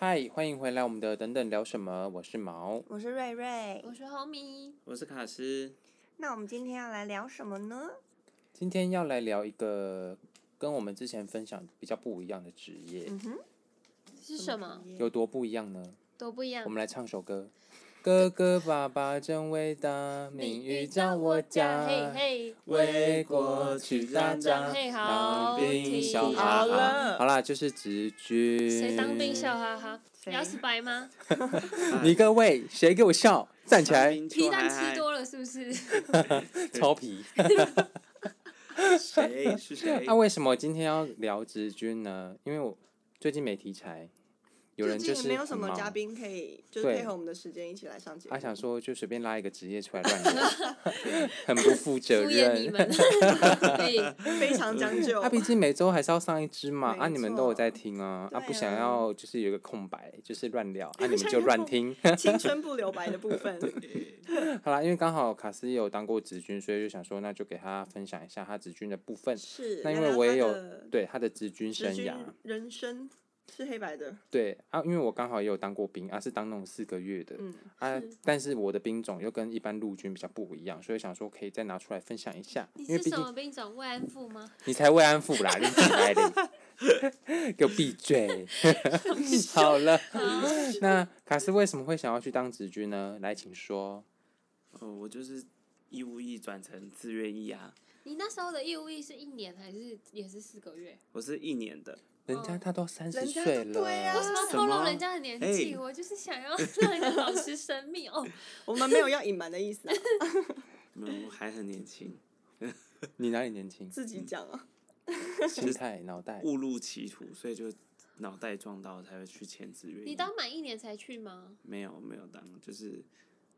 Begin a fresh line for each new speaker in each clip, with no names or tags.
来我们的等等聊什么？我是毛，
我是瑞瑞。
我是 Homie，
我是卡斯，
那我们今天要来聊什么呢？
今天要来聊一个跟我们之前分享比较不一样的职业，
嗯哼，
是什么？
有多不一样呢？
多不一样
我。们来唱首歌，哥哥爸爸真伟大，名誉在我家。
嘿嘿，
为国去打仗，
嘿
当
好
兵笑
听
哈哈。
好了
好啦，就是直军。
谁当兵笑哈哈？
谁
聊死白吗？
啊你各位，谁给我笑？站起来，
皮蛋吃多了是不是？
超皮。
谁 是谁
那、？为什么今天要聊直军呢？因为我最近没题材，有人
最
就
近
是
也没有什
很
么
忙
嘉宾可以就是
对
配合我们的时间一起来上节目。
他想说就随便拉一个职业出来乱 聊，很不负责
敷衍你
任。
们。 嘿，
非常讲究
他，毕竟每周还是要上一支嘛，啊，
没
你们都有
错
在听啊，啊，
对
不想
啊哎
要就是有一个空白，就是乱聊，啊，你们
想
就
要
乱
空
听。
青春不留白的部分。
好啦，因为刚好卡斯也有当过职军，所以就想说那就给他分享一下他职军的部分。
是，
那因
聊
为
聊
我
他
也有
的
对他的职军生
直军
涯，
人生是黑白的，
对啊，因为我刚好也有当过兵啊，是当那种四个月的，
嗯，
啊
是，
但是我的兵种又跟一般陆军比较不一样，所以想说可以再拿出来分享一下，
你
因为
是
毕
什
竟
么兵种？慰安妇 吗？
你才慰安妇啦，你起来的， 给我闭 嘴。好了，那卡斯为什么会想要去当职军呢？来，请说。
哦，我就是义务役转成自愿役啊，
你那时候的义务役是一年还是也是四个月？
我是一年的。
人
哦
家他都三十
人家
岁
都
了，
对啊
为什么要
什
透露
么
人家的年纪？
哎
我就是想要让人保持神 秘哦。
我们没有要隐瞒的意思啊，
没有，我嗯还很 年轻，
你哪里年轻？
自己讲啊。
心态、脑袋，
误入歧途，所以就脑袋撞到才会去签自愿役。
你当满一年才去吗？
没有没有当，就是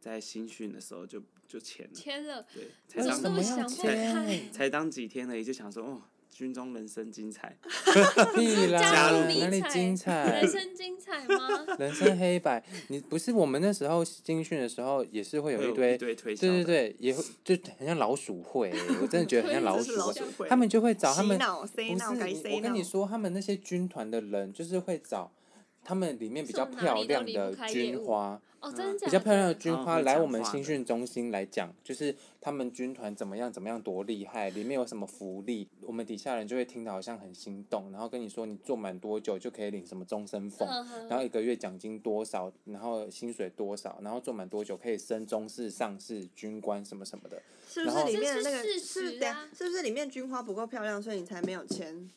在新训的时候就就签了，
签了，
对，才
为
怎
什
那
当
么
么
要
想不开
签？
才当几天而已，就想说哦，军中人生 精彩，
屁 啦，
加入迷
哪里
彩
精彩
人？生精彩吗？
人生黑白，你不是我们那时候军训的时候也是会
会
有一
有
堆
一堆推销
对对
的，
对，也会就很像老鼠会欸，我真的觉得很像老
这
鼠
是老
会。
鼠会
他们就会找他
洗
们，
脑，say
不
no，
是
该
你
say
我跟
no
你。说，他们那些军团的人就是会找他们里面比较
送哪
漂
里都
亮
离不
的
开业
军
务
花，
哦，真的
嗯
假的？
比较漂亮的军
嗯
花
会
来
讲
我们
话
新
的
训中心来讲，就是他们军团怎么样怎么样多厉害，里面有什么福利，我们底下人就会听得好像很心动，然后跟你说你做满多久就可以领什么终身俸，
嗯哼
然后一个月奖金多少，然后薪水多少，然后做满多久可以升中士、上士、军官什么什么的。
是不
然
是
后
里面的那
这
个
是
是
事
不
实
是？等
啊
下是不是里面军花不够漂亮，所以你才没有签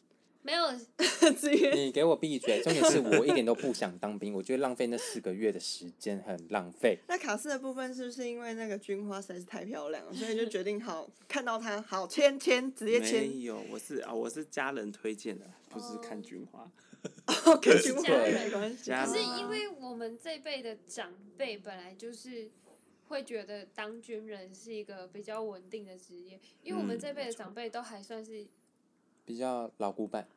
没有，
自愿？
你给我闭嘴！重点是我一点都不想当兵，我觉得浪费那四个月的时间很浪费。
那卡斯的部分是不是因为那个军花实在是太漂亮了，所以就决定好看到她好签签直接签
没有，我是啊、我是家人推荐的，不是看军花。
，OK 军花
家人
没关系。
家
可
人
是因为我们这辈的长辈本来就是会觉得当军人是一个比较稳定的职业，因为我们
嗯
这辈的长辈都还算是，
比较老古板，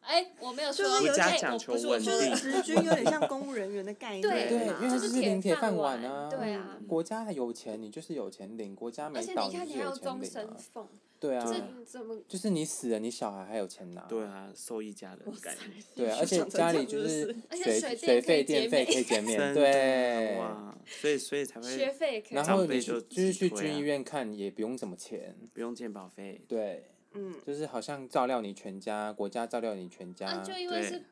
哎、我没有说，
就是有
哎
家讲
我
求
不是我
稳
就
说
是
的
直
定
军有点像公务人员的概念
对
对，
嘛，
因为
就
它
是
是领
铁
铁
饭
饭
碗
啊。
对啊
嗯
国家有钱，你就是有钱领；国家
而
没
且
倒，
你看你
是
还
有
有
钱
终
领
身
啊。
俸，
对啊，
这怎么？
就是你死了，你小孩还有钱拿。
对啊，受益家人的概念。
对啊，
就
而且
想成
家
这
里
样
就
就是是
而且
水
水
水
电可
费、
以
电
减
费
免
可以 减免，
真的
对。
哇，所以所以才
学
会
费也可以，
然后
长辈
你去就
就
是
自己
去
推
军
啊
医院看，也不用什么钱。
不用健保费，
对，
嗯，
就是好像照料你全家，国家照料你全家，
啊，就因为
对
是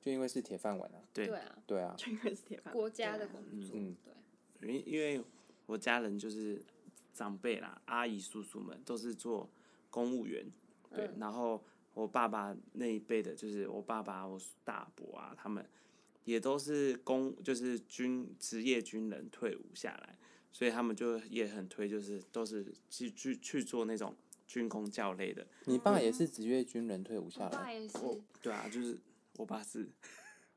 就因为是铁饭碗啊。
对，
对啊，
对啊，
就应该是铁饭碗啊
国家的工作，
嗯
对。
因因为我家人就是长辈啦，阿姨叔叔们都是做公务员，对，然后我爸爸那一辈的，就是我爸爸、我大伯啊，他们也都是公，就是军职业军人退伍下来，所以他们就也很推，就是都是去去去做那种军工教类的，
你
嗯
爸也是职业军人退伍下
我爸
来。
也是，
我对啊，就是我爸是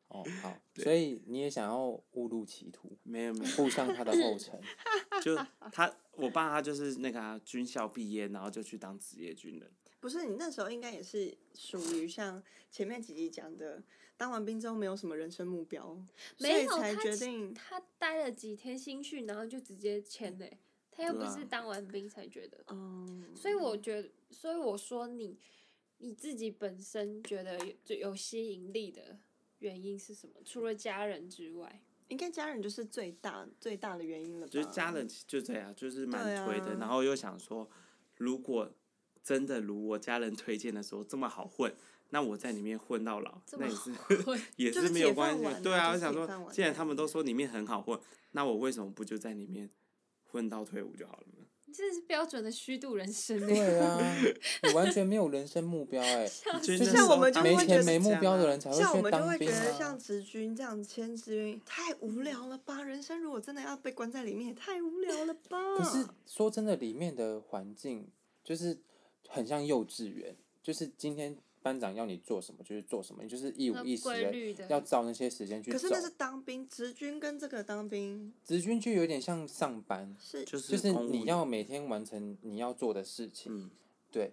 哦，好，所以你也想要误入歧途，
没有 没有。
步上他的后 尘。
就他，我爸他就是那个、啊、军校毕业，然后就去当职业军人。
不是你那时候应该也是属于像前面几集讲的，当完兵之后没有什么人生目标，所
没
以
有
才
他
决
其
定
他待了几天新训，然后就直接签嘞、他又
对
不
啊
是当完兵才觉得，
嗯，
所以我觉得，所以我说你你自己本身觉得有就有吸引力的原因是什么？除了家人之 外，
应该家人就是最大最大的原因了吧？
就是家人就这样，就是蛮
啊对啊
推的。然后又想说，如果真的如我家人推荐的时候这么好混，那我在里面混到老，
这
那
么
也
好
是
混，
也
就是是
没
铁
有关
饭
系
碗
的。
啊
对啊，
就
我
是
想
铁
说
饭，碗
既然
对
他们都说里面很好混，那我为什么不就在里面混到退伍就好了 呢？
这是标准的虚度人生欸呢。
对啊，你完全没有人生目标 哎、
就
就是
那时候
像我们就
当
没
会
兵
钱
觉得
是
没
这
目
样
标的
啊
人才
像我
去
们就
当
会觉
兵
得像
啊。
职军这样签志愿太无聊了吧？人生如果真的要被关在里面，也太无聊了吧？
可是说真的，里面的环境就是很像幼稚园，就是今天班长要你做什么就是做什么，你就是一五
那
一十
规
的
律的，
要照那些时间去
可
走
是。那是当兵，职军跟这个当兵
职军就有点像上班，
是
就是
就是
公务
你
员
要每天完成你要做的事情，
嗯
对，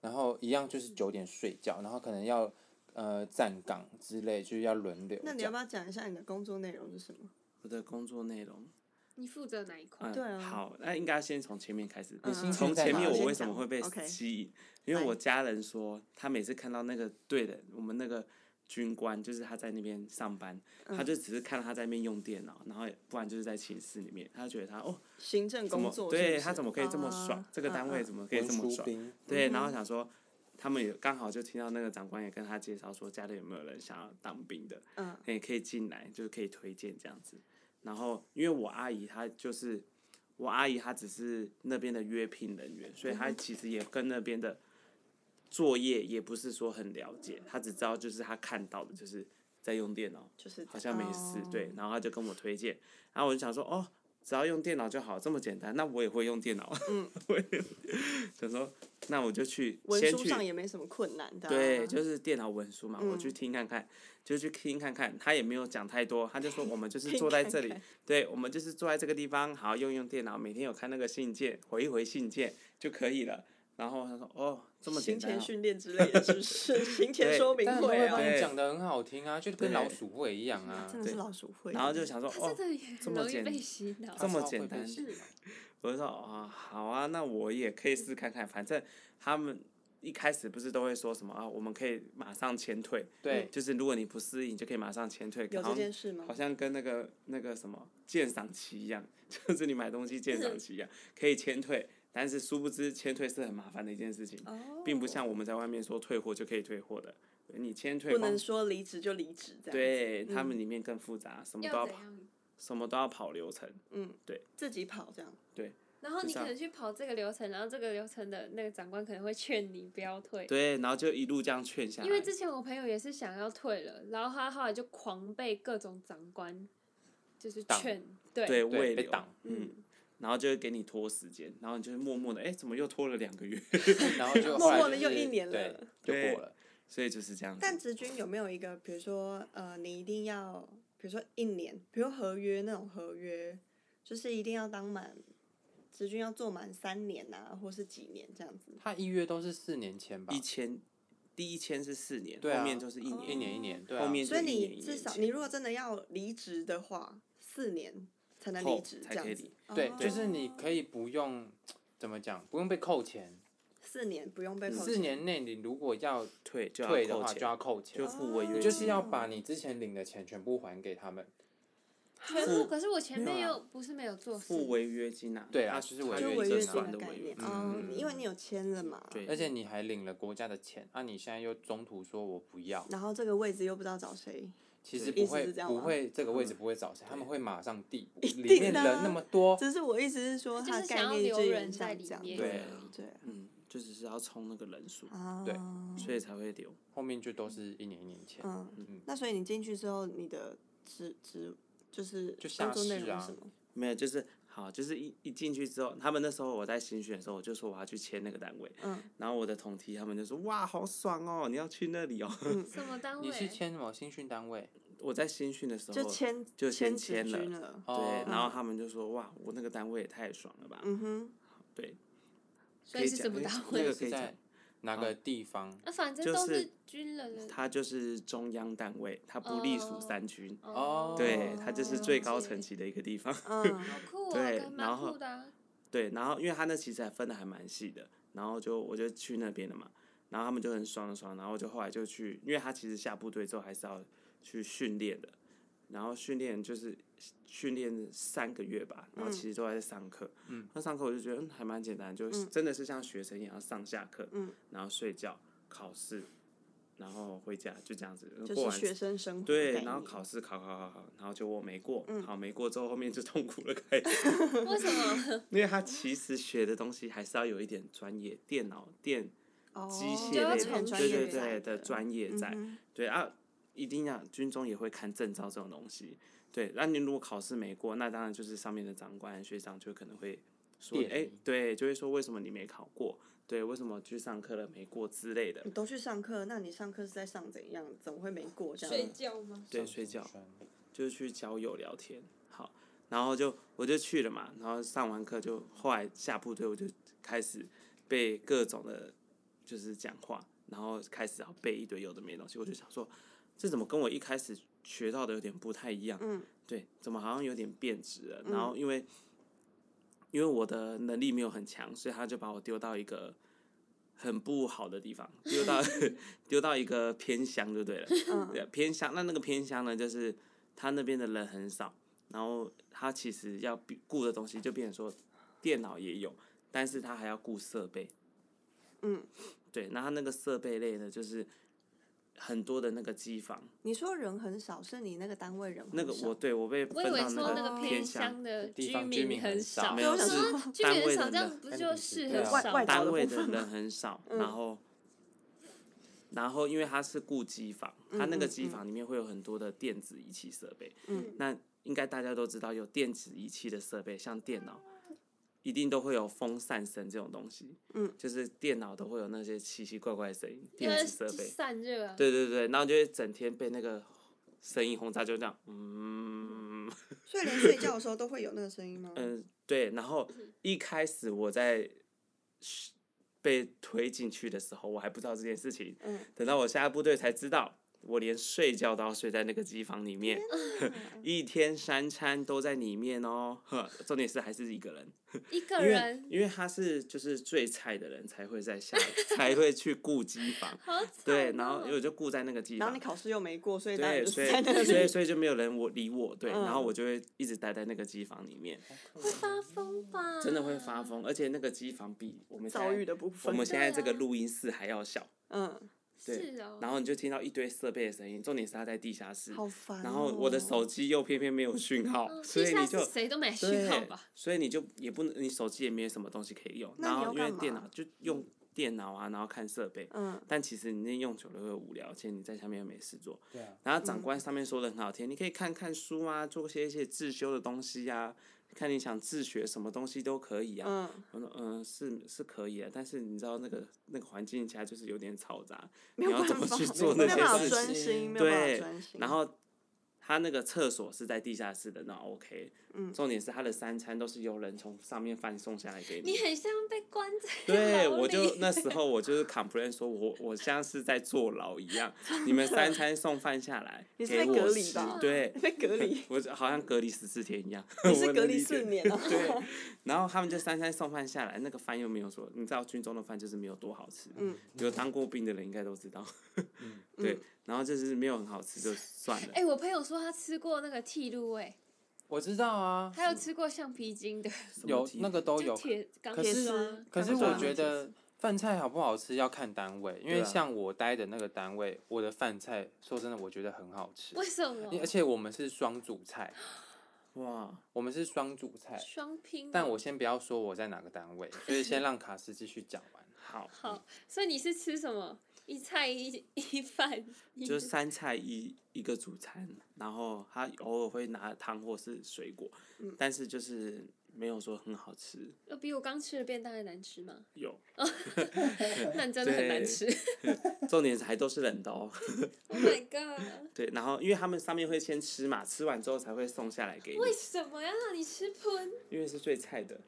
然后一样就是九点睡觉，然后可能要呃站岗之类，就是要轮流这样。
那你要不要讲一下你的工作内容是什么？
我的工作内容。
你负责哪一块？
嗯，
对啊
好，那应该先从前面开始
你兴。趣
从
在
前
哪
面
里
我为什么会被
先讲，OK
吸引？因为
来
我家人说，他每次看到那个对的，我们那个军官，就是他在那边上班，
嗯
他就只是看到他在那边用电脑，然后也不然就是在寝室里面，他就觉得他哦，
行政
怎
工
么
作是不是
对他怎么可以这么爽
啊？
这个
啊
单
啊
位怎么可以这么
文书
爽？
兵
对，然后想说。他们也刚好就听到那个长官也跟他介绍说，家里有没有人想要当兵的，
嗯
也可以进来，就是可以推荐这样子。然后因为我阿姨她就是我阿姨，她只是那边的约聘人员，所以她其实也跟那边的作业也不是说很了解，她只知道就是她看到的，就是在用电脑，
就是
好像没事，对
哦。
然后她就跟我推荐，然后我就想说，哦，只要用电脑就好，这么简单，那我也会用电脑，
嗯，
我也想说，那我就去
文
先
书
去
上也没什么困难的啊、
对，就是电脑文书嘛，我
嗯
去听看看，就去听看看，他也没有讲太多，他就说我们就是
听
坐在
看
这里，
看
对我们就是坐在这个地方，好用用电脑，每天有看那个信件，回一回信件就可以了。然后他说哦，这么 简
行
单、
前
啊，
训练之类的，是不 是？行前说明
但是都
会
会
啊
帮，你
对
讲的很好听啊，就跟
对
老鼠会一样啊
真。的是
对
老鼠会。
然后就想说
他
哦
真，的也
这
很
么
容易
简
被洗脑。
他
这么
超会
简
被
单
洗脑
我就说啊、好啊，那我也可以试看看，反正他们一开始不是都会说什么啊，我们可以马上前退，
对，
就是如果你不适应，就可以马上前退，
有
好
这
像
件事吗
好？像跟那个那个什么鉴赏期一样，就是你买东西鉴赏期一样，可以签退，但是殊不知签退是很麻烦的一件事情，
哦，
并不像我们在外面说退货就可以退货的，你签退
不能
光
说离职就离职这样。，
对他们里面更复杂，什么都
要
要
怎
跑，
样？
什么都要跑流程，
嗯，
对，
自己跑这样。
然后
就
你
这
可
样
能去跑这个流程，然后这个流程的那个长官可能会劝你不要退，
对，然后就一路这样劝下来
因，为之前我朋友也是想要退了，然后他后来就狂被各种长官就是
挡
劝，对，
对
对
胃
被
流，
挡
嗯。然后就会给你拖时间，然后你就会默默的，哎，怎么又拖了两个月？
然后就 后
默
来
默地
就
又
是
一年
对
了
就
对
过了。
所以就是这样子。
但职军有没有一个，比如说呃，你一定要，比如说一年，比如合约那种合约，就是一定要当满职军要做满三年呐、或是几年这样子。
他一约都是四年前吧
一，签，第一签是四年，
对啊
后面就是一年，
一年一年，对啊，
后面
所以
就一年
你
一
至
年
少
签
你如果真的要离职的话，四年才能离
后
职
才
这样
可以
子
离。
对
哦，
就是你可以不用怎么讲，不用被扣钱。
四年不用被扣
嗯四
钱
年内你如果要
退就
退的
扣
话，就
钱，
要扣钱
就，付违
嗯哦
你
约金，
就是要把你之前领的钱全部还给他们。
全部。可是我前
没
面
有啊
又不是没有做事，
付违约金啊。
对啊
它
就是
它
违
就
约
违
金
约
啊
正
金
常
的
的
概
违约
念
金。
哦
嗯，
因为你有签了嘛，
对
而且你还领了国家的钱，啊，你现在又中途说我不要，
然后这个位置又不知道找谁，
其实
意
不
思
会
是这样
不
吗
会这个位置不会找谁，他们会马上递，里
定
面
的
人
啊
那么多，
只是我意思是说，
就
它的
是想
概
要
念
留
就有
人
点
在
像
里
这样，
面
对
对
嗯，就只是要冲那个人数，
啊，
对
所以才会留。
后面就都是一年一年前，
嗯，那所以你进去之后，你的职职就是
就下
工作内
市
容
啊
是什么？
没有，就是好，就是一一进去之后，他们那时候我在新训的时候，我就说我要去签那个单位，
嗯，
然后我的同梯他们就说哇，好爽哦，你要去那里哦。
嗯
什么单位？
你是签什么新训单位？
我在新训的时候
就签
就先
签
签
职
了
军了，
哦
对，然
嗯
后他们就说哇，我那个单位也太爽了吧，
嗯 哼，
对，
所以是
可
什
讲
么单
诶那
位
个？可以
在
讲，
哪个地方？
那啊反正
就
都
是
是军人的
它就是中央单位，它不隶属三军，
哦
对，它就是最高层
级。
级的一个地方。
嗯，
好酷哦，感
对
觉
然
蛮
后
酷的啊。
对，然后因为它那其实还分的还蛮细的，然后就我就去那边了嘛，然后他们就很爽很爽，然后就后来就去，因为他其实下部队之后还是要去训练的，然后训练就是训练三个月吧，然后其实都还在上课。嗯，那上课我就觉得嗯还蛮简单，就是真的是像学生一样上下课，
嗯，
然后睡觉、考试，然后回家，就这样子。
就
过
是
完
学生生活的概
对，
念。嗯
然后考试考考考考，然后就我没过，好没过之后后面就痛苦了开始。
为什么？
因为他其实学的东西还是要有一点专业，电脑电
哦
机械
就要
类
从
的，
专
对
业嗯
对对的
专
专业在，对啊，一定要军中也会看证照这种东西，对，那你如果考试没过，那当然就是上面的长官学长就可能会说，
电
哎、
你
对，就会说为什么你没考过，对，为什么去上课了没过之类的
你，都去上课，那你上课是在上怎样？怎么会没过这
睡
样？
觉吗？
对，睡觉。就是去交友聊天，好，然后就我就去了嘛，然后上完课就后来下部队我就开始被各种的，就是讲话，然后开始要背一堆有的没的东西，我就想说，这怎么跟我一开始学到的有点不太一样？
嗯，
对，怎么好像有点变质了？
嗯
然后因为因为我的能力没有很强，所以他就把我丢到一个很不好的地方，丢到 丢到一个偏乡就对了。
嗯
对，啊偏乡。那那个偏乡呢，就是他那边的人很少，然后他其实要比顾的东西就变成说，电脑也有，但是他还要顾设备。
嗯，
对，那他那个设备类呢，就是很多的那个机房，
你说人很少，是你那个单位人很
那个
少嗯
我对我被
我
分
以为
到
说那
个
个
偏
偏乡的
地
居
方居民
很
很少
没有
我想
是
说居民很少，
单位的人
这样不就是很
外
外
少吗？
岛
啊单
的
位
部
的
分嗯
人很少，然后，然后因为它是雇机房，它那个
嗯
机
嗯
房里面会有很多的电子仪器设备，
嗯
那应该大家都知道，有电子仪器的设备，像电脑，一定都会有风扇声这种东西，
嗯，
就是电脑都会有那些奇奇怪怪的声音，
因
电
为
子设备，
呃散热啊。
对对对，然后就会整天被那个声音轰炸，就这样，嗯。
所以连睡觉的时候都会有那个声音吗？
嗯，对。然后一开始我在嘘被推进去的时候，我还不知道这件事情。
嗯
等到我下部队才知道，我连睡觉都要睡在那个机房里面， 一天三餐都在里面哦。呵重点是还是一个人，
一个
因为
人
因为他是就是最菜的人才会在下 才会去顾机房。
好惨哦。
对，然后因为我就顾在那个机
然后
房
你，考试又没过，所以当然
对，
就
所
是在那
以所以
里。
所以就没有人我理我，对，然
嗯啊
后我就会一直待在那个机房里面。
会发疯吧？
真的会发。疯，而且那个机房比我们现
遭遇
在
的部
我
分
们，现在这个
对啊
录音室还要小，
嗯，
对
是哦。
然后你就听到一堆设备的声音，重点是它在地下室，
好烦哦。嗯
然后我的手机又偏偏没有讯号，
哦
所以
地下
你
室
就
谁都没讯号
对
吧？，
所以你就也不能，你手机也没有什么东西可以用，
那
然
你要
后因为
干嘛
电脑就用电脑啊，然后看设备，
嗯，
但其实你那用久了会无聊，而且你在下面又没事做，
对啊，
然后
嗯
长官上面说的很好听，你可以看看书啊，做些一些自修的东西呀、啊，看你想自学什么东西都可以啊，
嗯，
我说嗯是是可以啊，但是你知道那个那个环境下就是有点嘈杂，
没
你
有
要
办
怎么
法，
去做
没
那
有办
些
法
事
专
情？
心，没有办法
对
专，心。
然后他那个厕所是在地下室的，那 OK。
嗯
重点是他的三餐都是由人从上面翻送下来给
你很像被关在
对，
牢
我就
里
那时候我就是 complain 说我，我像是在坐牢一样，你们三餐送饭下来
你是
给
被隔
我
离
吃
吧，
对，
被隔 离，
我就好像隔离十四天一样，
你
我
是
能
隔离
理解
四年啊。
对， 然后他们就三餐送饭下来，那个饭又没有说，你知道军中的饭就是没有多好吃，
嗯，
有当过兵的人应该都知道， 对，然后就是没有很好吃就算 了，
哎、我朋友说他吃过那个剃鹿味，
我知道啊，
还有吃过橡皮筋的，
有那个都
就
有。
铁钢
可
铁
是
丝。
可是
看不出
我
来
啊
觉得饭菜好不好吃要看单位，因
对
为
啊
像我待的那个单位，我的饭菜说真的，我觉得很好吃
为。什么
因？而且我们是双主菜，
哇，
我们是双主菜。
双拼。啊
但我先不要说我在哪个单位，所以先让卡斯继续讲完。
好，
好，所以你是吃什么？一菜一一饭，一
就是三菜一一个主餐，然后他偶尔会拿汤或是水果，但是就是没有说很好吃，
要比我刚吃的便当还难吃吗？
有
那你真的很难吃。
重点是还都是冷的哦，
oh my god！
对，然后因为他们上面会先吃嘛，吃完之后才会送下来给你，
为什么要让你吃喷？
因为是最菜的，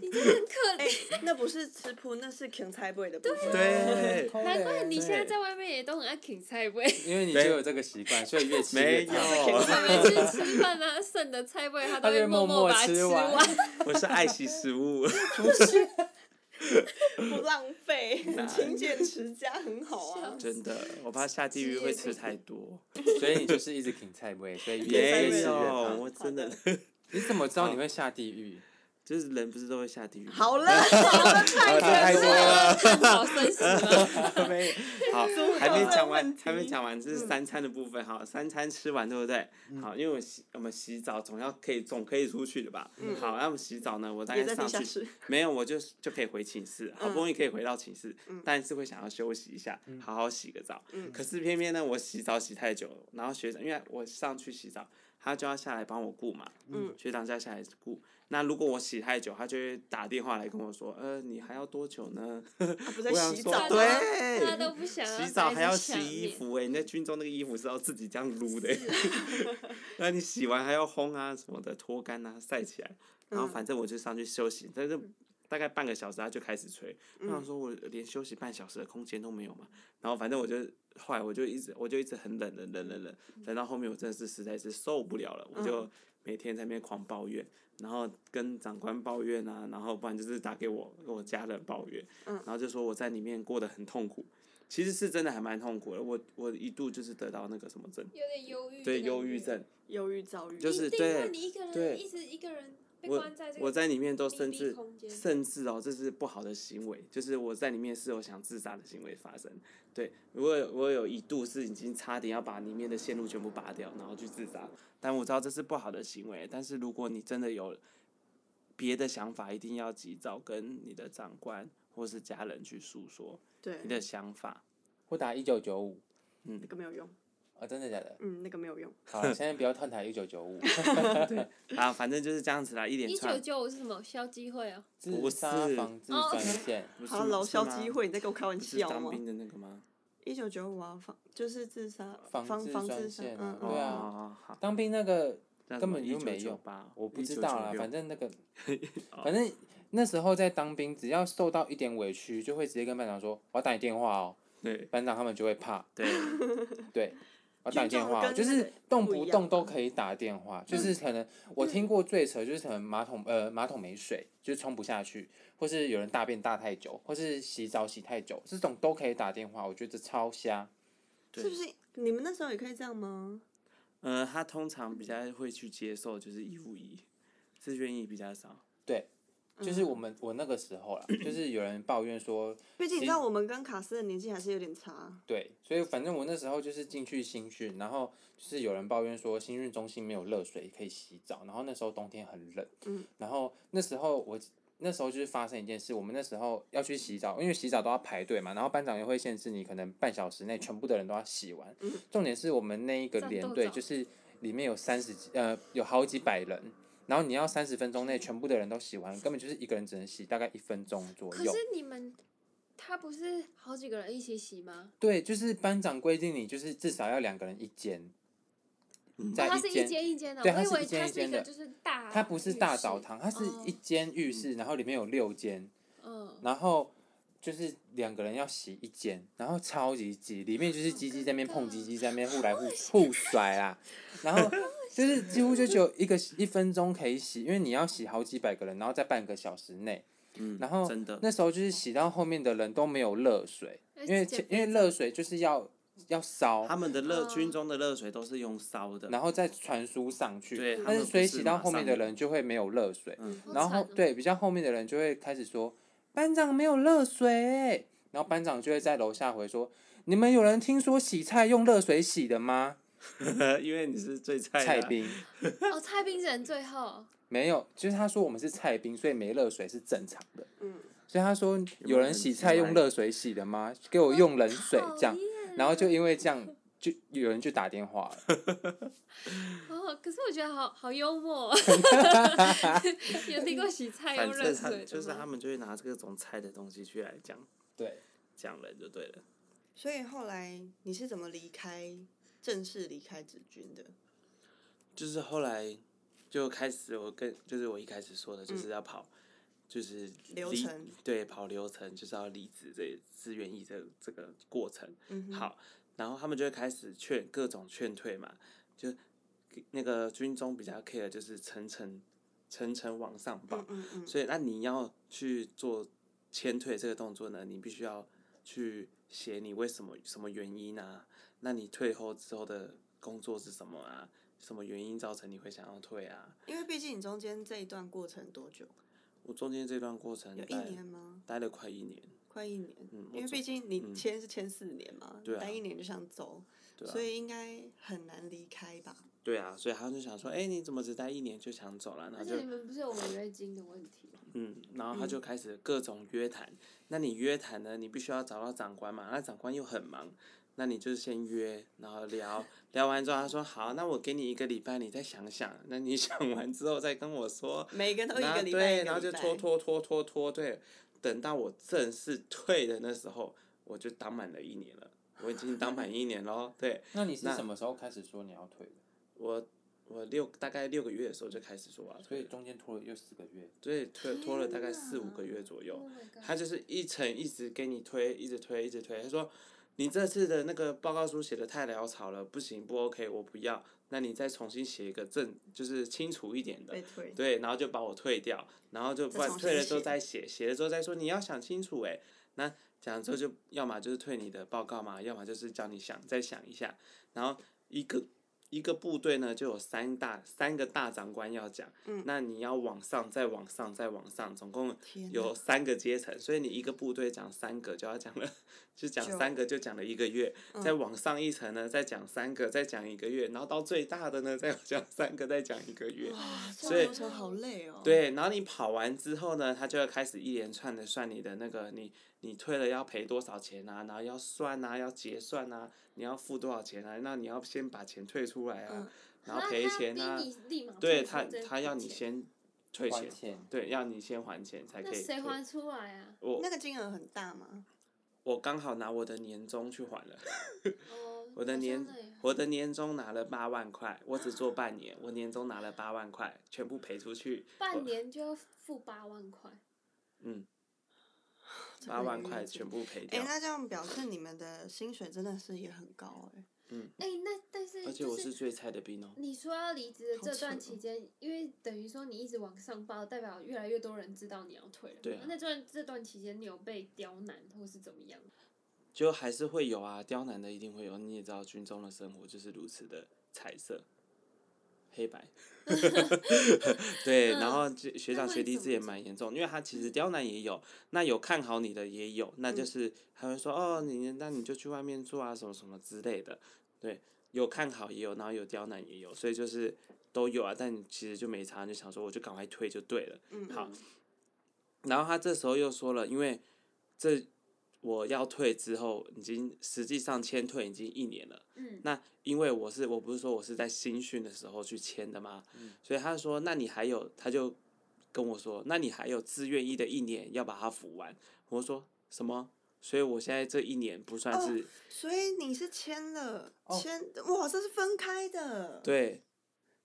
你真的很可
哎
怜。，
那不是吃铺，那是 king 菜味的部分。
对，
难怪你现在
对
在外面也都很爱啃菜味，
因为你就有这个习惯，所以越吃越
没
胖
有。
他每次吃饭啊，剩的菜味他都
他就
会
会默
默
默
把它
吃
吃
完
完。
我是爱惜食物，
不浪费，
哪
勤俭持家很好啊。
真的，我怕下地狱会吃太多。
所以你就是一直挺菜味，所以越
没
越
有
吃越
有，
胖。
我真的，
你怎么知道你会下地狱？
就是人不是都会下地狱吗？
好了， 好了，太
太
可
多
恶了。
了
探讨生死了。
没有
好，还没讲完，还没
问题嗯
讲完，这是三餐的部分哈。三餐吃完，对不对？好，因为我洗我们洗澡总要可以总可以出去的吧？好，那我们洗澡呢，我大
嗯也
概
在
上
地下
去
室，嗯
没有，我就就可以回寝室，好不容易可以回到寝室，但是会想要休息一下，好好洗个澡。
嗯
可是偏偏呢，我洗澡洗太久了，然后学长因为我上去洗澡，他就要下来帮我顾嘛，
嗯
学长就要下来顾。那如果我洗太久，他就会打电话来跟我说，呃，你还要多久呢？
啊不在
我想
洗
说
澡吗，
对
他都不想
洗澡还要洗
待在下
衣
面，
服哎、你在军中那个衣服是要自己这样撸的、欸，
啊
那你洗完还要烘啊什么的，脱干啊，晒起来，然
嗯
后反正我就上去休息，但是大概半个小时他就开始吹，我
嗯
想说我连休息半小时的空间都没有嘛，然后反正我就后来我就一直我就一直很冷冷冷冷冷，冷到后面我真的是实在是受不了了，我就
嗯
每天在那边狂抱怨。然后跟长官抱怨啊，然后不然就是打给我跟我家人抱怨，
嗯
然后就说我在里面过得很痛苦，其实是真的还蛮痛苦的。我我一度就是得到那个什么症，
有点忧郁。
对，忧郁。症。
忧郁躁郁，
就是
一定
对
啊你一个
对
人一直一个人被
我
关在这个
我在里面都
密
甚
闭
至
空间
甚至哦，这是不好的行为，就是我在里面是有想自杀的行为发生。对，我有我有一度是已经差点要把里面的线路全部拔掉，然后去自杀。但我知道这是不好的行为，但是如果你真的有别的想法，一定要及早跟你的长官或是家人去诉说
对
你，的想法。
我打一九九五
那个没有用，
啊，真的假的？
嗯，那个没有用，
好了，现在不要探讨一九九五，
啊，反正就是这样子啦，一连
一九。
串
九五是什么？消基会啊？
自杀防治
哦
专线。
不是
好，楼
是吗
消基会，你在跟我开玩
不是
笑
当
吗？
兵的那个吗？
一九九五啊，防就是自杀，
防
防
治
防
专
自杀，
线
嗯
啊对
嗯，
啊
哦，好，
当兵那个
那
根本就
1998
没用，我不知道啦，
1996
反正那个，反正那时候在当兵，只要受到一点委屈，就会直接跟班长说：“我要打你电话哦。”
对
班长他们就会怕，
对，
对，我打你电话哦，
军
就
中跟那个
是动
不一
不
样嗯
动都可以打电话，就是可能我听过最扯就是可能马桶呃马桶没水，就是冲不下去，或是有人大便大太久，或是洗澡洗太久，这种都可以打电话，我觉得超瞎。
对
是不是？你们那时候也可以这样吗？
呃，他通常比较会去接受，就是义务役，自愿役比较少。
就是
嗯
我们我那个时候啦，就是有人抱怨说，
毕竟
其
你知道我们跟卡斯的年纪还是有点差，
对，所以反正我那时候就是进去新训，然后就是有人抱怨说新训中心没有热水可以洗澡，然后那时候冬天很冷，
嗯，
然后那时候我那时候就是发生一件事，我们那时候要去洗澡，因为洗澡都要排队嘛，然后班长又会限制你可能半小时内全部的人都要洗完，
嗯
重点是我们那一个
战
连
斗
队
澡
就是里面有三十几呃有好几百人。然后你要三十分钟内全部的人都洗完，根本就是一个人只能洗大概一分钟左
可
右
是。你们，他不是好几个人一起洗吗？
对，就是班长规定你就是至少要两个人一间，
嗯
在
哦它
一
是
间
一间一间的，
对
我
它
以
是
为
一间
它
一
是一
间
个
的
就是大浴室。
它不是大澡堂，它是
哦
一间浴
嗯
室，然后里面有六间，
嗯，
然后就是两个人要洗一间，然后超级挤，里面就是鸡鸡在那边碰鸡鸡，在那边互来互互甩啦，然后就是几乎就只有一个一分钟可以洗，因为你要洗好几百个人，然后在半个小时内，
嗯，
然后
真的，
那时候就是洗到后面的人都没有热水，
而
因为
且
因为热水就是要要烧，
他们的热
哦
军中的热水都是用烧的，
啊然后再传输上去。
对他
但
们
是所以
不是
洗到
马
后面
上
的
有
人就会没有热水，
好
然
惨
后
哦，
对比较后面的人就会开始说班长没有热水欸，然后班长就会在楼下回说你们有人听说洗菜用热水洗的吗？
嗯 因为你是最菜
菜
的啊，
兵
哦，蔡冰人最后，
没有，就是他说我们是菜兵，所以没热水是正常的。
嗯，
所以他说有人洗菜用热水洗的吗？给我用冷水
讨
这样，
厌
然后就因为这样就有人就打电话 了，
哦，可是我觉得好好幽 默哦，有听过洗菜
啊反
用热
正他
水的
就是
吗
他们就会拿这种菜的东西去来讲
对。
讲人就对了。
所以后来你是怎么离开正式离开职军的？
就是后来就开始我跟就是我一开始说的，就是要跑，就是
嗯流
离
程
对，跑流程就是要离职这自愿意这这个过程。
嗯哼，
好，然后他们就会开始劝各种劝退嘛，就那个军中比较 care 就是层层层层往上报，
嗯嗯嗯，
所以那你要去做前腿这个动作呢，你必须要去写你为什么什么原因啊？那你退后之后的工作是什么啊？什么原因造成你会想要退啊？
因为毕竟你中间这一段过程多久？
我中间这段过程
有一
待
年吗？
待了快一年，
快一年，
嗯我
因为
中
毕竟你签是签四年嘛，
对啊
待一年就想走，
对啊
所，以应该很难离开吧？
对啊，所以他就想说，哎、你怎么只待一年就想走了？然后
而
就
且你们不是有违约金的问题吗？
嗯，然后他就开始各种约谈。那你约谈呢？你必须要找到长官嘛，那长官又很忙，那你就是先约，然后聊聊完之后，他说好，那我给你一个礼拜，你再想想。那你 想完之后再跟我说，
每 个人都一
然
个
后
礼拜，
对，
一
然
个
后
礼
就
拜
拖拖拖拖拖，对，等到我正式退的那时候，我就当满了一年了，我已经当满一年喽，对。
那你是
那
什么时候开始说你要退的？
我我六大概六个月的时候就开始说啊，
所以
退，
中间拖了又四个月，
所以推拖了大概
天
四五
哪
个月左右
Oh。my god
他就是一层一直给你推，一直推，一直推。他说你这次的那个报告书写的太潦草了，不行，不 OK，我不要。那你再重新写一个正，就是清楚一点的
被。推，
对，然后就把我退掉，然后就
再
不然
重
退
新
了之后
写
再写，写了之后再说，你要想清楚哎、那讲了之后就要么就是退你的报告嘛，要么就是叫你想再想一下。然后一个一个部队呢就有三大三个大长官要讲，
嗯
那你要往上再往上再往上，总共
天哪
有三个阶层，所以你一个部队讲三个就要讲了， 就讲
就
三个就讲了一个月，
嗯
再往上一层呢再讲三个，再讲一个月，然后到最大的呢再讲三个，再讲一个月。
哇，这
所以
流程好累哦。，
对，啊然后你跑完之后呢，他就要开始一连串的算你的那个你你退了要赔多少钱啊，然后要算啊，要结算啊，你要付多少钱啊，那你要先把钱退出来啊，
嗯
然后
那
赔
他
钱
逼
啊，
你立马
对
退出
他
这
他
笔
要你
钱，
先退
还
钱，
钱。
对，要你先还钱才可
那
以退
谁。还出来啊？
我
那个金额很大吗？
我刚好拿我的年终去还了，
哦，
我的
好像
年
那也
我的年终拿了八万块，我只做半年，我年终拿了八万块，全部赔出去，
半年就要付八万块，
嗯，
这
八
个
万
月
块
子
全部赔
哎、
掉。
那这样表示你们的薪水真的是也很高哎、
哎、那但是
而且
就
我是最菜的兵哦、
你说要离职的
好
这
扯
段
哦
期间，因为等于说你一直往上报，代表越来越多人知道你要退了。
对啊
那段这段期间，你有被刁难或是怎么样？
就还是会有啊，刁难的一定会有。你也知道，军中的生活就是如此的彩色、黑白。 对，然后就学
嗯
长
那会
学弟
怎么做
制也
嗯
蛮严重，因为他其实刁难也有，那有看好你的也有，那就是他会说哦，你那你就去外面做啊，什么什么之类的。对，有看好也有，然后有刁难也有，所以就是都有啊。但你其实就没差，就想说我就赶快退就对了。
嗯，
好，然后他这时候又说了，因为这我要退之后，已经实际上签退已经一年了。
嗯，
那因为我是我不是说我是在新训的时候去签的吗？所以他说，那你还有，他就跟我说，那你还有自愿意的一年要把它服完。我说什么？所以我现在这一年不算
哦
是、
所以你是签了
哦
签、哇，这是分开的，，
对，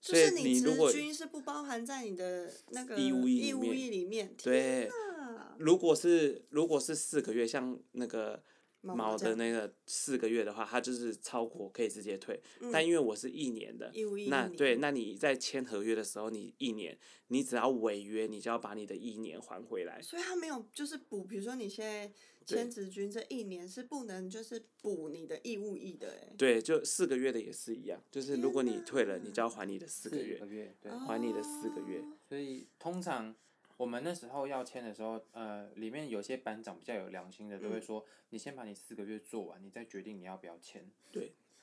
就
所以
是
你如
职
果
军是不包含在你的那个
义务役里
义务
面
役里面，天
对。
哪，
如果是如果是四个月，像那个
毛
毛
这
的
样
那个四个月的话，它就是超过可以直接退。
嗯
但因为我是一年的，
义务役
那
一
对，
年
那你在签合约的时候，你一年，你只要违约，你就要把你的一年还回来。
所以他没有就是补，比如说你现在
对
签职军这一年是不能就是补你的义务役的哎、
对，就四个月的也是一样，就是如果你退了，你就要还你的四
四
个月
个。月，对。
还你的四个月
哦
所以通常我们那时候要签的时候，呃，里面有些班长比较有良心的，都会说、你先把你四个月做完，你再决定你要不要签。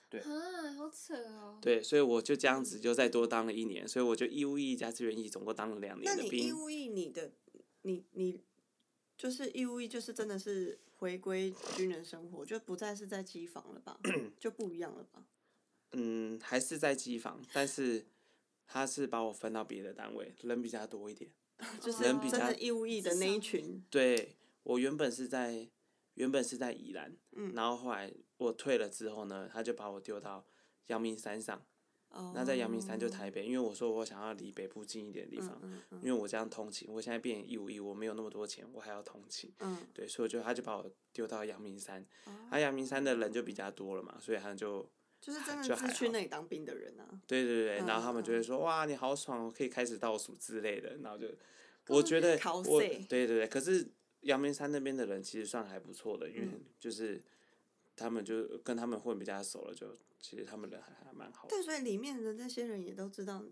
对
啊，好扯哦。
对，所以我就
嗯
这样子又再多当了一年，所以我就义务役加志愿役总共当了两
那
年的
你义
兵。
务役你的你你就是义务役，就是真的是回归军人生活，就不再是在机房了 吧，就不一样了吧？
嗯，还是在机房，但是他是把我分到别的单位，人比较多一点。
就是
人比
真
较
的义务役的那一
至少
群，
对我原本是在原本是在宜兰，
嗯
然后后来我退了之后呢，他就把我丢到阳明山上。
哦
那在阳明山就台北，因为我说我想要离北部近一点的地方，
嗯嗯
因为我这样通勤，我现在变一五一，我没有那么多钱，我还要通勤。
嗯，
对，所以我就他就把我丢到阳明山，
哦
啊，阳明山的人就比较多了嘛，所以他就
就是
还
真
就
的
还
是去
好
那里当兵的人啊，
对对对，
嗯
然后他们就会说、哇，你好爽哦，可以开始倒数之类的，然后就我觉得
考
我
试
对对对，可是阳明山那边的人其实算还不错的，因
嗯
为就是他们就跟他们混比较熟了，就其实他们人还还蛮好的。
对，所以里面的那些人也都知道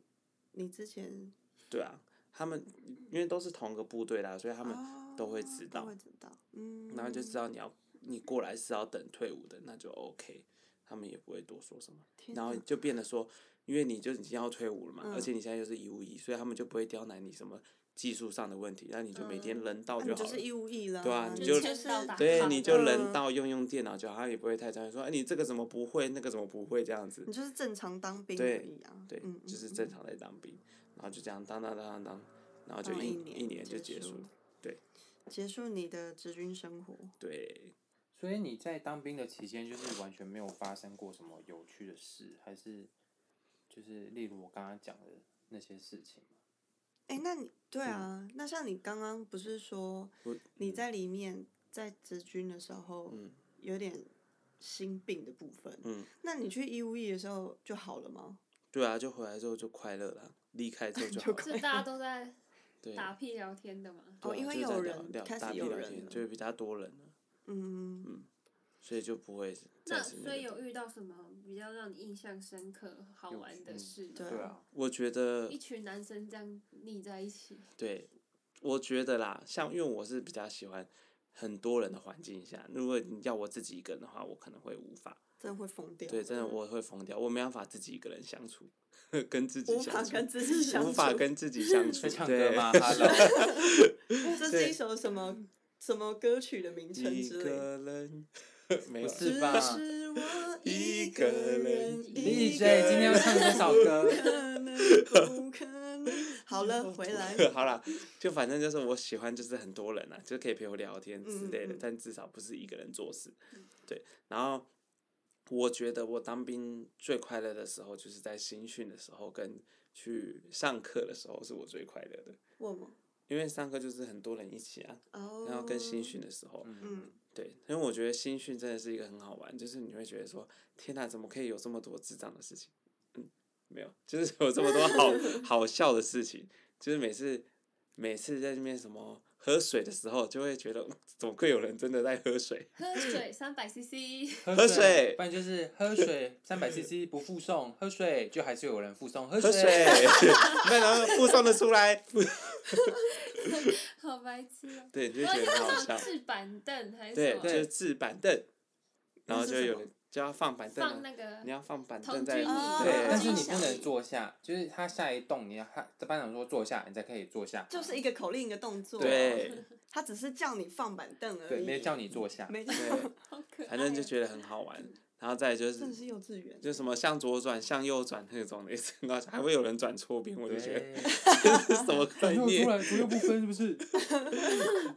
你之前
对啊，他们因为都是同个部队啦，所以他们
哦
都会知道
都会知道，嗯，
然后就知道你要你过来是要等退伍的，那就 OK，他们也不会多说什么。
天
然后
哪
就变得说，因为你就已经要退伍了嘛，
嗯
而且你现在又是义务役，所以他们就不会刁难你什么技术上的问题，那你就每天人到
啊你
好
就
了。
是义务役了，
对啊你
就
就
就是
签到打
对，
卡
你
的
就人
嗯
到用用电脑就好，他也不会太在意说，哎，你这个怎么不会，那个怎么不会这样子
你。就是正常当兵
对
而已啊，
对
嗯，，
就是
嗯
正常在当兵，然后就这样当当当当当，然后就
当
一
一
一
年
年就
结
结束
束
了。对
结束你的职军生活，
对，
所以你在当兵的期间，就是完全没有发生过什么有趣的事，还是就是例如我刚刚讲的那些事情吗
哎，那你对啊，那像你刚刚不是说
我
你在里面在职军的时候，有点心病的部分，
嗯，
那你去义务役的时候就好了吗？
对啊，就回来之后就快乐了，离开之后就好
就
了。
是大家都在
对，
打屁聊天的嘛。
哦
对啊
因为
就
有
在聊
人
聊
开始
大批
有
聊
人
天
了
就会比较多人了，
嗯，
所以就不会
那
再是
所
那
以
个。
有遇到什么比较让你印象深刻、好玩
嗯
的事吗？
对
对啊，
我觉得
一群男生这样腻在一 起，
对，我觉得啦，像因为我是比较喜欢很多人的环境下，如果你要我自己一个人的话，我可能会无法，
真的会疯掉，
对，真的我会疯掉，我没办法自己一个人相处， 跟自己
无法
相处，
跟自己相处，
无法跟自己相处
在，唱歌
对，
吗？Hello，
这是
对
一首什么什么歌曲的名称
一
之类的。
个 人，没
不
有，
是吧
只是我
一
一
个
个
人
人，
DJ
一个人
今 天要唱多少歌？
可能不可能。好了，回来。
好啦，就反正就是我喜欢就是很多人啊，就可以陪我聊天之类
嗯
的，
嗯嗯嗯
但至少不是一个人做事。对，然后我觉得我当兵最快乐的时候，就是在新训的时候跟去上课的时候，是我最快乐的，
问我
因为上课就是很多人一起啊，
哦，
然后跟新训的时候，
嗯，
对，因为我觉得新训真的是一个很好玩，就是你会觉得说，天哪、怎么可以有这么多智障的事情？嗯，没有，就是有这么多好好笑的事情，就是每次每次在那边什么喝水的时候，就会觉得嗯怎么会有人真的在喝水？
喝水三百 CC，
喝
喝水
不然就是喝水三百 CC 不附送，喝水就还是有人附送喝
喝水， 那然后附送的出来，不
好白痴啊！
对，你就
然后
觉得很好
要上
笑，
置板凳还是什
对，
么？
就是置板凳，然后
那是
就
什
有
么
人就要放板凳
放
啊，
那个
你要放板
同
凳在
居椅
对，
但是
同
你
居
不能坐下，就是他下一栋，你要他班长说坐下，你才可以坐下，
就是一个口令一个动作。，
对。
他只哦是叫你放板凳而
对，
已。
没有叫你坐下，
没叫。
对，
好可爱啊，
反正就觉得很好玩。然后再来就
真的
是
是幼稚园。
就什么向左转、向右转那种的，一直然后还会有人转错边，我就觉得
对，
这 是什么概
然后出
念？
来左右不分是不是？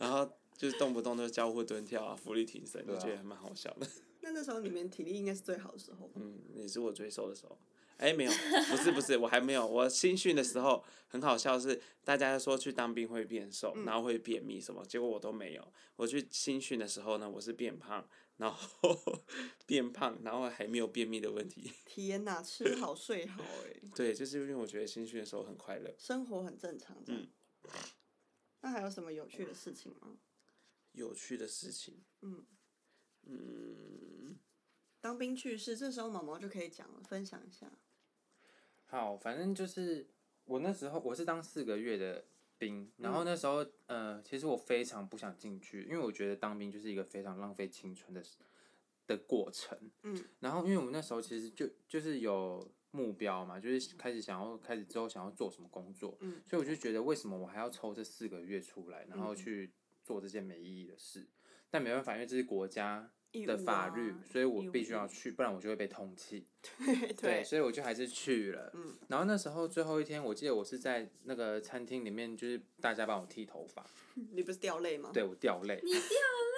然后就是动不动就交互蹲跳啊、浮力挺身，
对
就
啊
觉得还蛮好笑的。
那那时候你们体力应该是最好的时候吧。
嗯，也是我最瘦的时候。哎，没有，不是不是，我还没有。我新训的时候很好笑是，大家说去当兵会变瘦，
嗯
然后会便秘什么，结果我都没有。我去新训的时候呢，我是变胖，然后 变胖，然后还没有便秘的问题。
天哪，吃好睡好哎，
对，就是因为我觉得新训的时候很快乐。
生活很正常这样
嗯。
那还有什么有趣的事情吗？
有趣的事情。
嗯
嗯，
当兵趣事，这时候毛毛就可以讲了，分享 一下。
好，反正就是我那时候我是当四个月的兵，然
嗯
后那时候、呃，其实我非常不想进去，因为我觉得当兵就是一个非常浪费青春的事的过程。
嗯，
然后因为我们那时候其实就就是有目标嘛，就是开始想要开始之后想要做什么工作，
嗯，
所以我就觉得为什么我还要抽这四个月出来，然后
嗯
去做这件没意义的事？但没办法，因为这是国家
义
的
务
法
啊
律，所以我
义务
必须
义
要
务
去，不然我就会被通缉。
对
对，
对，
所以我就还是去了。
嗯
然后那时候最后一天，我记得我是在那个餐厅里面，就是大家帮我剃头发，
你不是掉泪吗？
对我掉泪。你掉泪。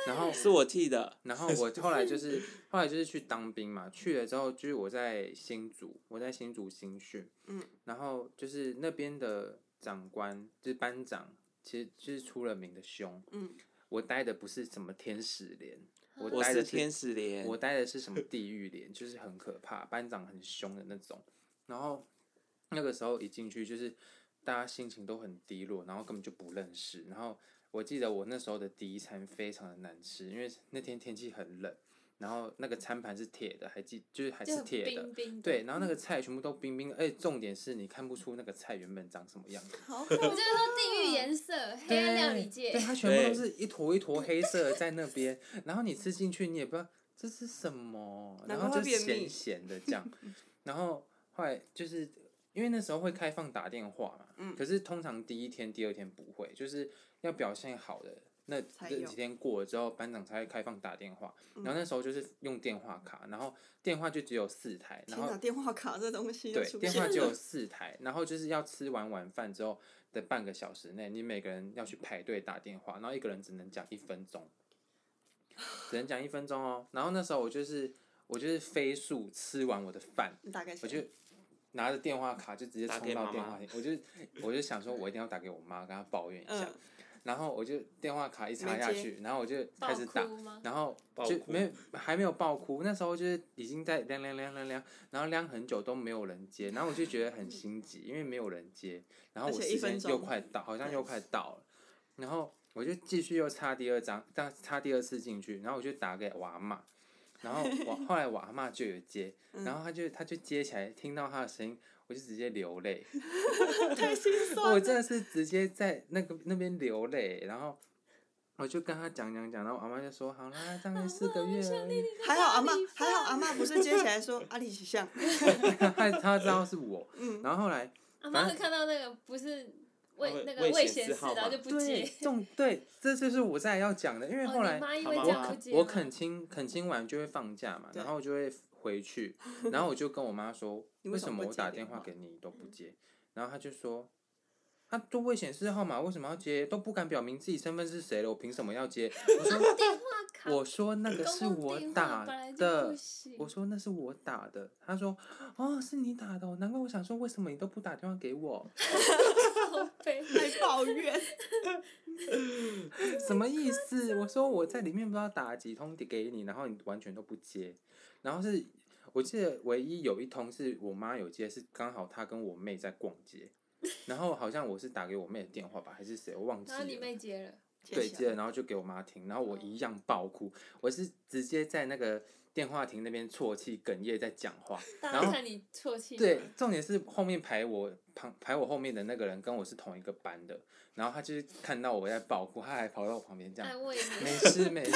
然后，
是我剃的。
然后 我后来就是后来就是去当兵嘛，去了之后就是我在新竹，我在新竹新训，
嗯，
然后就是那边的长官，就是班长，其实就是出了名的凶。
嗯，
我待的不是什么天使连，我
我
待的
是
是
天使莲，
我待的是什么地狱连，就是很可怕，班长很凶的那种。然后那个时候一进去，就是大家心情都很低落，然后根本就不认识。然后我记得我那时候的第一餐非常的难吃，因为那天天气很冷，然后那个餐盘是铁的，还记就是还
就是很
铁的
冰，冰的。嗯
对，然后那个菜全部都冰冰，而且重点是你看不出那个菜原本长什么样子，
好可
我就是说地
哦
狱颜色，黑暗料理界
对，。它全部
对
都是一坨一坨黑色的在那边，然后你吃进去你也不知道这是什么，
难
然
怪
后就
会便秘
咸咸的这样， 然后后来就是因为那时候会开放打电话嘛，
嗯
可是通常第一天、第二天不会，就是要表现好的。那
才
这
有
几天过了之后，班长才会开放打电话，然后那时候就是用电话卡，然后电话就只有四台，然
天
后
哪，电话卡这东西都
对
出，
电
现
话
了
只有四台，然后就是要吃完晚饭之后的半个小时内，你每个人要去排队打电话，然后一个人只能讲一分钟，只能讲一分钟哦。然后那时候我就是我就是飞速吃完我的饭，
你打给
我就
谁？
拿着电话卡就直接
打
冲
给
到
妈
电
妈
话亭，我就我就想说，我一定要打给我妈，跟她抱怨一下。
嗯，
然后我就电话卡一插
没
下
接
去，然后我就
爆
开始打，
哭吗？
然后
爆
就
哭
没有还没有爆哭，那时候就是已经在亮亮亮亮亮，然后亮很久都没有人接，然后我就觉得很心急，因为没有人接，然后
而
我
且
时
一分
间又
钟
快到，好像
对
又快到了，然后我就继续又插第二张，但插第二次进去，然后我就打给我阿妈，然后 我后来我阿妈就有接，
嗯
然后她就她就接起来，听到她的声音，我就直接流泪，
嗯 太心酸
我
了。
真的是直接在那个那边流泪，然后我就跟他讲讲讲，然后我阿妈就说：“好啦，大概四个
啊
月而 已。
还好阿妈，还好阿妈不是接起来说 阿里喜像，”
他他知道是我，
嗯，
然后后来
阿妈
反
会
正
看到那个不是
他
未
会
那个
未
未
显
显
示
示，
号
然后
码
就不
对
接。
重对，这就是我再来要讲的，因为
哦，
后来
你妈因
他
为
妈
这样
妈
不接吗。
我恳亲恳亲完就会放假嘛，
对
然后我就会回去，然后我就跟我妈 说，
你为
为
什
什
么
么
不
我打
接
电
电
话
话
给你都
嗯
不接？然后她就说，她都未显示号码，为什么要接？都不敢表明自己身份是谁了，我凭什么要接？我说
电话卡，
我说那个
公
是
共
我
电话
打
本来就
的
不，行
我说那是我打的，他说哦是你打的哦、难怪我想说为什么你都不打电话给我，
好悲。
还抱怨，
什么意思？我说我在里面不知道打了几通给你，然后你完全都不接，然后是我记得唯一有一通是我妈有接，是刚好她跟我妹在逛 街，然后好像我是打给我妹的电话吧，还是谁我忘记
然后你
了。
妹接了，
对，接
接
了，然后就给我妈听，然后我
哦
一样爆哭，我是直接在那个电话亭那边啜泣哽咽在讲 话，
大
然
家
后
看你啜泣。
对，，重点是后面排我旁排我后面的那个人跟我是同一个班的，然后他就是看到我在爆哭，他还跑到我旁边这样，
安慰
没
你。
事没事。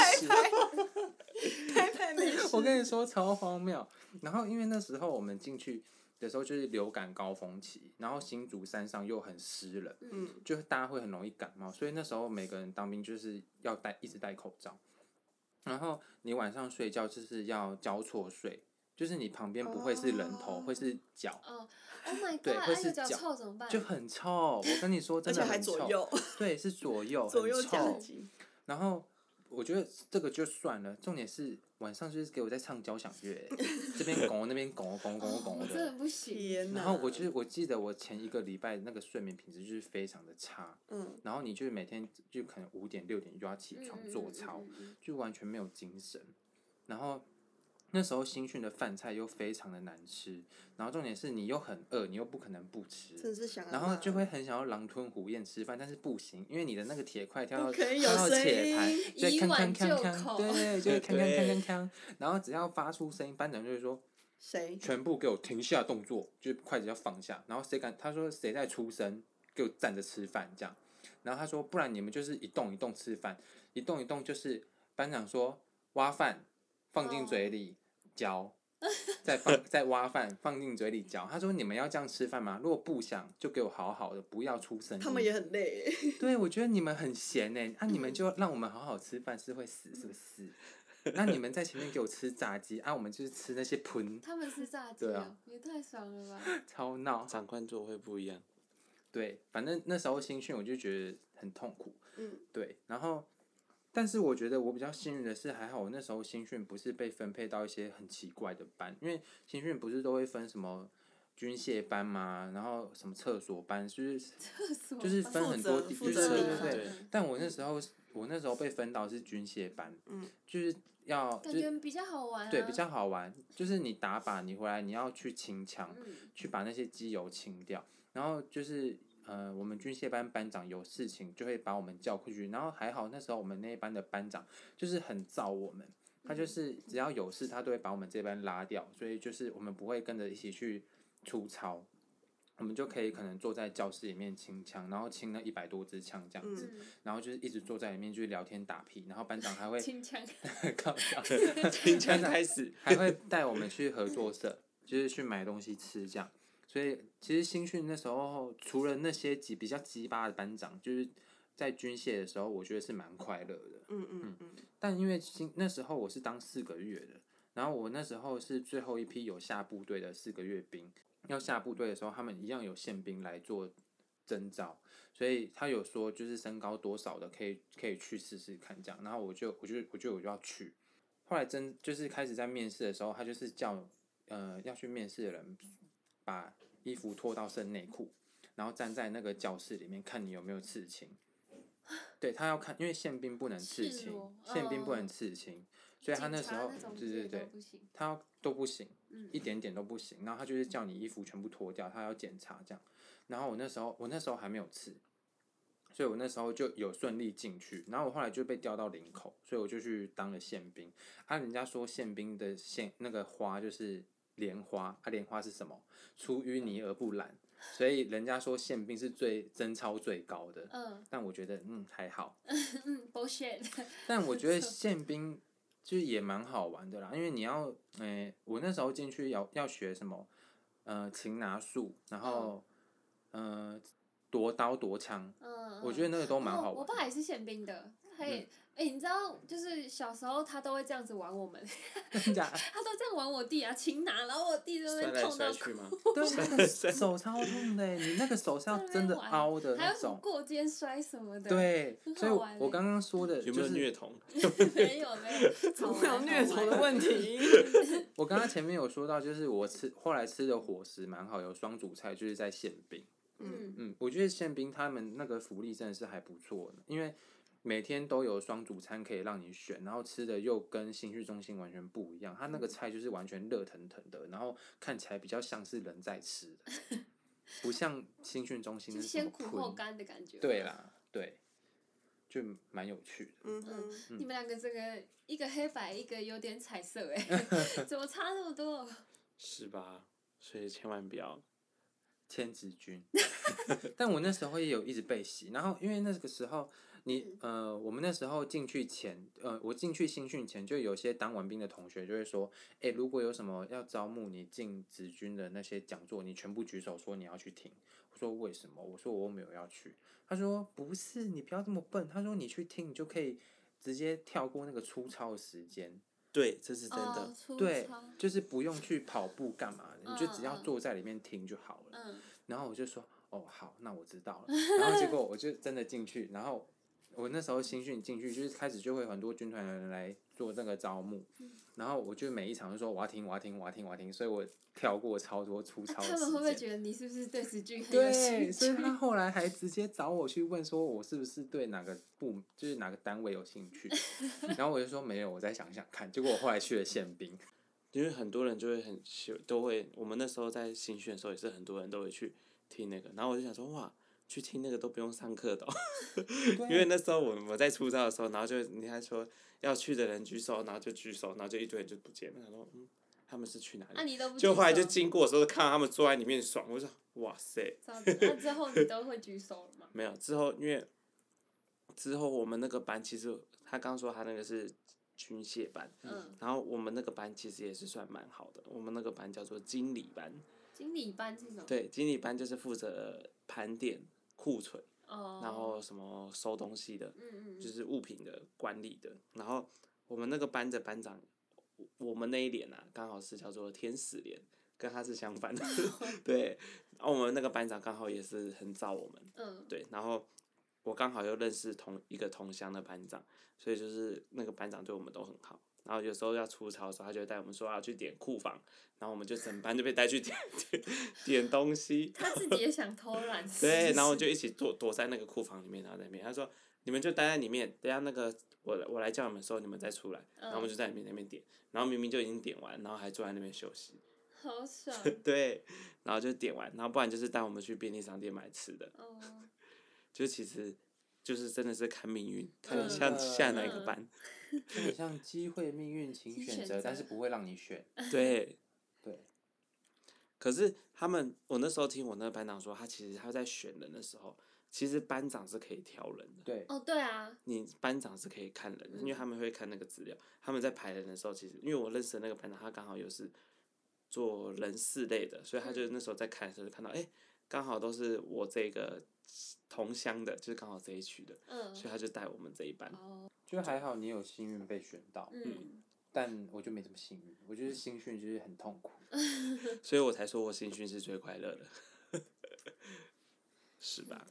拍拍没
我跟你说超荒谬。然后因为那时候我们进去的时候就是流感高峰期，然后新竹山上又很湿冷，
嗯，
就是大家会很容易感冒，所以那时候每个人当兵就是要戴一直戴口罩，然后你晚上睡觉就是要交错睡，就是你旁边不会是人头，
哦
会是脚。
哦，Oh my
对
god！
会
哎
是
有脚
脚
臭怎么办？
就很臭。我跟你说，
而
真
且
的
还
很臭。
左右
对，是左右，
左
很
右夹
臭。
击，
然后我觉得这个就算了，重点是晚上就是给我在唱交响乐，欸这边拱那边拱拱
哦
拱拱
我真的
的。
不行。
天哪！
然后我就是我记得我前一个礼拜那个睡眠品质就是非常的差，
嗯，
然后你就是每天就可能五点六点就要起床做操，
嗯嗯嗯嗯
就完全没有精神。然后那时候新训的饭菜又非常的难吃，然后重点是你又很饿，你又不可能不吃，
真是想阿嬷，
然后就会很想要狼吞虎咽吃饭，但是不行，因为你的那个铁块跳
不
到
可以有
跳到
声
铁盘
音，
就会
以
锵锵
碗
锵
就
锵，
口
对，就会锵锵
对
锵锵锵。然后只要发出声音，班长就会说
谁
全部给我停下动作，就是筷子要放下。然后谁敢？他说谁在出声，给我站着吃饭这样。然后他说不然你们就是一动一动吃饭，一动一动就是班长说挖饭放进嘴
哦
里嚼。 再放再挖饭 放进嘴里嚼，他说你们要这样吃饭吗？如果不想，就给我好好的，不要出声音。
他们也很累，
对，我觉得你们很闲呢、 那、你们就让我们好好吃饭是会死是不是？那你们在前面给我吃炸鸡啊，我们就是吃那些盆
他们吃炸鸡
对
哦
啊，
也太爽了吧！
超闹。
长官座会不一样。
对，反正那时候新训我就觉得很痛苦。
嗯，
对，然后，但是我觉得我比较幸运的是，还好我那时候新训不是被分配到一些很奇怪的班，因为新训不是都会分什么军械班嘛，然后什么厕所班，就是
厕所啊
就是
吧
分
啊负
很多
责
地，
负
对
责嗯
对
的
对
对
对。但我那时候，我那时候被分到是军械班，
嗯，
就是要就
感
是
觉比较好玩啊。
对比较好玩，就是你打靶，你回来你要去清枪，
嗯。
去把那些机油清掉，然后就是呃，我们军械班班长有事情就会把我们叫过去，然后还好那时候我们那一班的班长就是很罩我们，他
嗯
就是只要有事他都会把我们这班拉掉，所以就是我们不会跟着一起去出操，我们就可以可能坐在教室里面清枪，然后清了一百多支枪这样子，
嗯
然后就是一直坐在里面去聊天打屁，然后班长还会
清腔，
搞 笑。
清腔开始，
还会带我们去合作社， 就是去买东西吃这样。所以其实新训那时候，除了那些几比较鸡巴的班长，就是在军械的时候，我觉得是蛮快乐的。
嗯嗯嗯，
但因为新那时候我是当四个月的，然后我那时候是最后一批有下部队的四个月兵。要下部队的时候，他们一样有宪兵来做征召，所以他有说就是身高多少的可以可以去试试看这样。然后我就我就我就我就要去。后来真就是开始在面试的时候，他就是叫呃要去面试的人把衣服脱到剩内裤，然后站在那个教室里面看你有没有刺青。对他要看，因为宪兵不能刺
赤
青
裸，
宪兵不
哦
能刺青，所以他那时候
警察种
对
字
对对
都，不行，
他都不行，
嗯
一点点都不行。然后他就是叫你衣服全部脱掉，他要检查这样。然后我那时候我那时候还没有刺，所以我那时候就有顺利进去。然后我后来就被调到林口，所以我就去当了宪兵。啊，人家说宪兵的宪那个花就是莲花，啊，莲花是什么？出淤泥而不染。所以人家说宪兵是最贞操最高的，
嗯
但我觉得嗯还好。
嗯，bullshit，
但我觉得宪兵就是也蛮好玩的啦，因为你要，诶、我那时候进去要要学什么，呃，擒拿术，然后，呃，夺刀夺枪，
嗯，
我觉得那个都蛮好
哦我
玩。嗯
爸也是宪兵的，他也，哎、你知道，就是小时候他都会这样子玩我们，
真 假？
他都这样玩我弟啊，擒拿，然后我弟在那
摔
边
来
痛到
摔
哭
去，吗？
对，那个手超痛的欸，你那个手是要真的凹的
还
那
有什么
种。
过肩摔什么的，，
对
很，好
所以我
玩
我
欸
刚刚说的就
有没有
是
虐童？
没有没 有，
怎么
好
会有
玩
虐
好
童的
玩
问题？
我刚刚前面有说到，就是我吃后来吃的伙食蛮好，有双主菜，就是在宪兵。
嗯，
嗯，我觉得宪兵他们那个福利真的是还不错呢，因为每天都有双主餐可以让你选，然后吃的又跟新训中心完全不一样，它那个菜就是完全热腾腾的，然后看起来比较像是人在吃的，不像新训中心
就
那
先
种
苦后
喷。
甘的感觉，
对，啦，对，就蛮有趣的。
嗯哼，
你们两个这个一个黑白，一个有点彩色， 哎，怎么差那么多？
是吧？所以千万不要。
千纸军， 但我那时候也有一直被洗，然后因为那个时候
嗯
你呃，我们那时候进去前，呃，我进去新训前就有些当完兵的同学就会说，哎、如果有什么要招募你进职军的那些讲座，你全部举手说你要去听。我说为什么？我说我又没有要去。他说不是，你不要这么笨。他说你去听，你就可以直接跳过那个粗糙的时间。
对，这是真
哦
的。，
粗
对
糙，
就是不用去跑步干嘛的，你就只要
嗯嗯
坐在里面听就好了。
嗯，
然后我就说，哦，好，那我知道了。然后结果我就真的进去，然后我那时候新训进去，就是开始就会有很多军团的人来做那个招募，
嗯
然后我就每一场就说我要听，我要听，我要听，我要听，所以我跳过超多粗糙的
啊他们会不会
时间。
觉得你是不是对子君很有
对，
兴
所以
趣？
他后来还直接找我去问，说我是不是对哪个部，就是哪个单位有兴 趣。然后我就说没有，我再想想看。结果我后来去了宪兵，
因为很多人就会很喜，都会，我们那时候在新训的时候也是很多人都会去听那个，然后我就想说哇，去听那个都不用上课的、哦，因为那时候我我在出招的时候，然后就你还说要去的人举手，然后就举手，然后就一堆人就不见了，然后嗯，他们是去哪
那
里？
啊你都不
就
举
后来就
手
经过的时候，看到他们坐在里面爽，我就说哇塞，
这样子那啊之后你都会举手 了吗？
没有之后因为之后我们那个班其实他刚说他那个是军械班，
嗯，
然后我们那个班其实也是算蛮好的，我们那个班叫做经理班，
经理班是什么？
对，经理班就是负责盘点库存，
哦，
然后什么收东西的，
嗯嗯
就
嗯，
是物品的管理的。然后我们那个班的班长，我我们那一连啊，刚好是叫做天使连，跟他是相反的，对。然后我们那个班长刚好也是很罩我们，
嗯，
对，然后我刚好又认识同一个同乡的班长，所以就是那个班长对我们都很好。然后有时候要出操的时候，他就会带我们说要啊去点库房，然后我们就整班就被带去点 点点东西，，
他自己也想偷懒
对，然后我就一起躲躲在那个库房里面，然后在那边，他说你们就待在里面，等一下那个我来我来叫你们的时候你们再出来，然后我们就在里面那边点，然后明明就已经点完，然后还坐在那边休息，
好爽
对，然后就点完，然后不然就是带我们去便利商店买吃的，
哦！
就其实就是真的是看命运，看你
真
下
的
下哪个
嗯
班，
有点像机会、命运，请
请
选
选
择，但
择
是不会让你选。
对。
对，
可是他们，我那时候听我那个班长说，他其实他在选人的时候，其实班长是可以挑人的，
对，
哦，对啊，
你班长是可以看人的，因为他们会看那个资料。他们在排人的时候，其实因为我认识的那个班长，他刚好又是做人事类的，所以他就那时候在看的时候就看到，哎、刚好都是我这个同乡的，就是刚好这一区的，
嗯，
所以他就带我们这一班。
哦，
就还好你有幸运被选到，
嗯，
但我就没这么幸运，我就是新训就是很痛苦。
所以我才说我新训是最快乐的， 是
嗯
吧？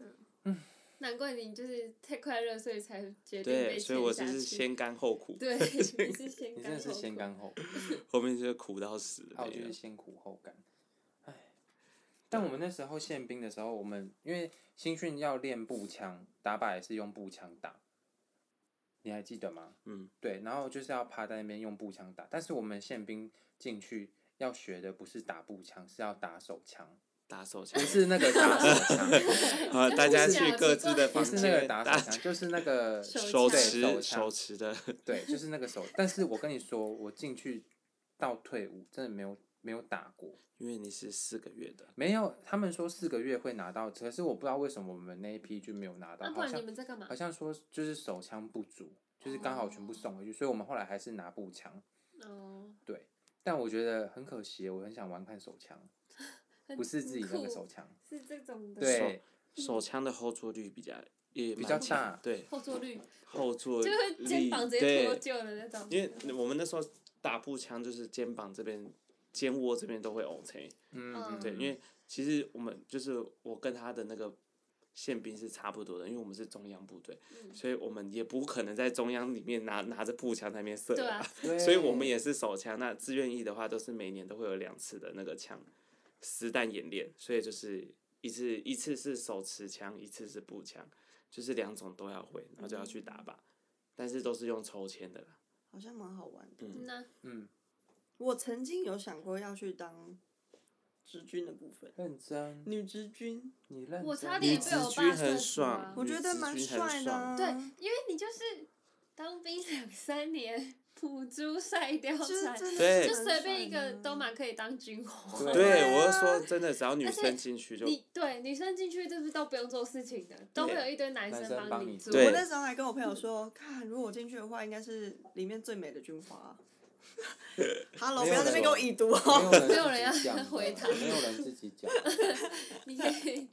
难怪你就是太快乐，所以才决定被
对，所以我就
签下
是
去
先甘后苦，
对，你是先
你
干，
真的是先，甘后苦，
后面就苦到死
啊，
了
我
没
就
了
是。先苦后甘。唉，但我们那时候宪兵的时候，我们因为新训要练步枪，打靶也是用步枪打，你还记得吗？
嗯，
对，然后就是要趴在那边用步枪打，但是我们宪兵进去要学的不是打步枪，是要打手枪，
打手
不
枪
是那个打手枪，
啊！大家
不是
去
啊
各
奇
自
怪
的
不
房
是那个
间
打手枪，就是那个
手枪
手
对
持
手
手
枪，
持的，
对，就是那个手。但是我跟你说，我进去到退伍真的没有没有打过，
因为你是四个月的，
没有。他们说四个月会拿到，可是我不知道为什么我们那一批就没有拿到，
啊，不
好
然你
像
们在干嘛
好？像说就是手枪不足，就是刚好全部送回去，所以我们后来还是拿步枪。
哦，
对，但我觉得很可惜，我很想玩看手枪，
很
不是自己那
很
个
酷
手枪，
是这种的，
哦
对，
嗯
手枪的后坐力比较也
比
蛮
较
强
大
对，
后坐率
后坐
就
力
会肩膀直接脱
对，
臼的那种，
因为我们那时候打步枪就是肩膀这边、肩窝这边都会 OK，
嗯，
嗯
嗯
对，因为其实我们就是我跟他的那个宪兵是差不多的，因为我们是中央部队，
嗯
所以我们也不可能在中央里面拿拿着步枪在那边射
对
人
啊
吧，，
对
所以我们也是手枪。那自愿役的话，都是每年都会有两次的那个枪实弹演练，所以就是一次一次是手持枪，一次是步枪，就是两种都要会，然后就要去打靶，但是都是用抽签的啦。
好像蛮好玩的。
嗯，
那
嗯
我曾经有想过要去当职军的部分，
认真，
女职军，
你认真，
我差
女
点也
子
被我爸
军
射
很
死
爽
啊，
我
女
觉得
子
蛮
军很
帅的、
爽
啊。
对，因为你就是当兵两 三年，辅助晒貂
就是
蝉，
真的
对
就
很
随便一
帅
个
啊
都蛮可以当军火。
对
对，
啊
我是说真的，只要女
而且
生进去就
你对女生进去就是都不用做事情的，都会
对
有一堆男
男生帮
帮
你
你做。
对
我那时候还跟我朋友说，看如果我进去的话，应该是里面最美的军花啊。Hello，
没有
不要在那边给我
人
已读哦。
没
没
有
有
人
人
自己
要
讲的
回答
没有人自己讲的，
你可以，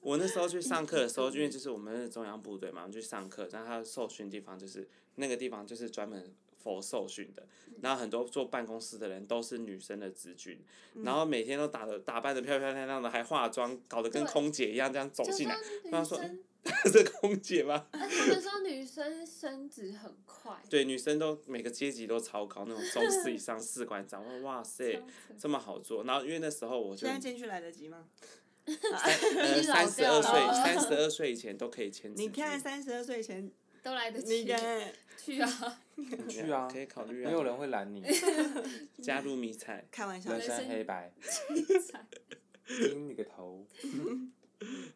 我那时候去上课的时候，因为就是我们是中央部队嘛，我们去上课，然后他受训地方就是那个地方就是专门佛受训的，
嗯
然后很多坐办公室的人都是女生的职军，
嗯
然后每天都打的打扮的漂漂亮亮的，还化妆，搞得跟
对
空姐一样这样走
就
进来，
说
他
女
说
生，
是空姐吗？
而且他们说女生升职很快，
对，女生都每个阶级都超高，那种中士以上、士官长，哇哇塞
超，扯
这么好做。然后因为那时候我就
现在进去来得及吗？
呃
已经老
三十二
掉
岁，
了哦
三十二岁以前都可以签职
你
军，
看三十二岁前，
都来得
你
及
跟
去 啊，
你去啊，
可以考虑啊，
没有人会拦 你，
加入迷彩。
开玩笑
人
对，
生黑白，顶你个头，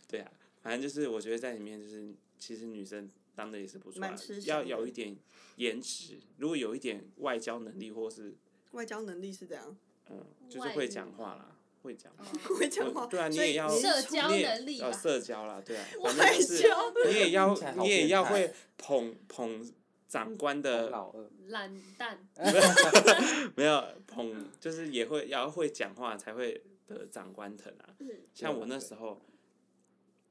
对啊，反正就是我觉得在里面就是，其实女生当的也是不错、啊
蛮吃，香
要
的
有一点颜值，如果有一点外交能力，或是
外交能力是这样，
嗯，就是
外
会
语
讲话
嘛
啦，会讲话。
哦
会讲话。
对啊，你
所以
也要
你是
社
说
交
你也
能力
哦
吧
社交 啦，对啊，反
外
正就是
交
你也要
听起来好
你也
变
要
态
会捧捧长官的，
老二，
懒 蛋，
没有捧，就是也会也要会讲话才会得长官疼啊。
嗯
像
对
我
啊
那
对
时候，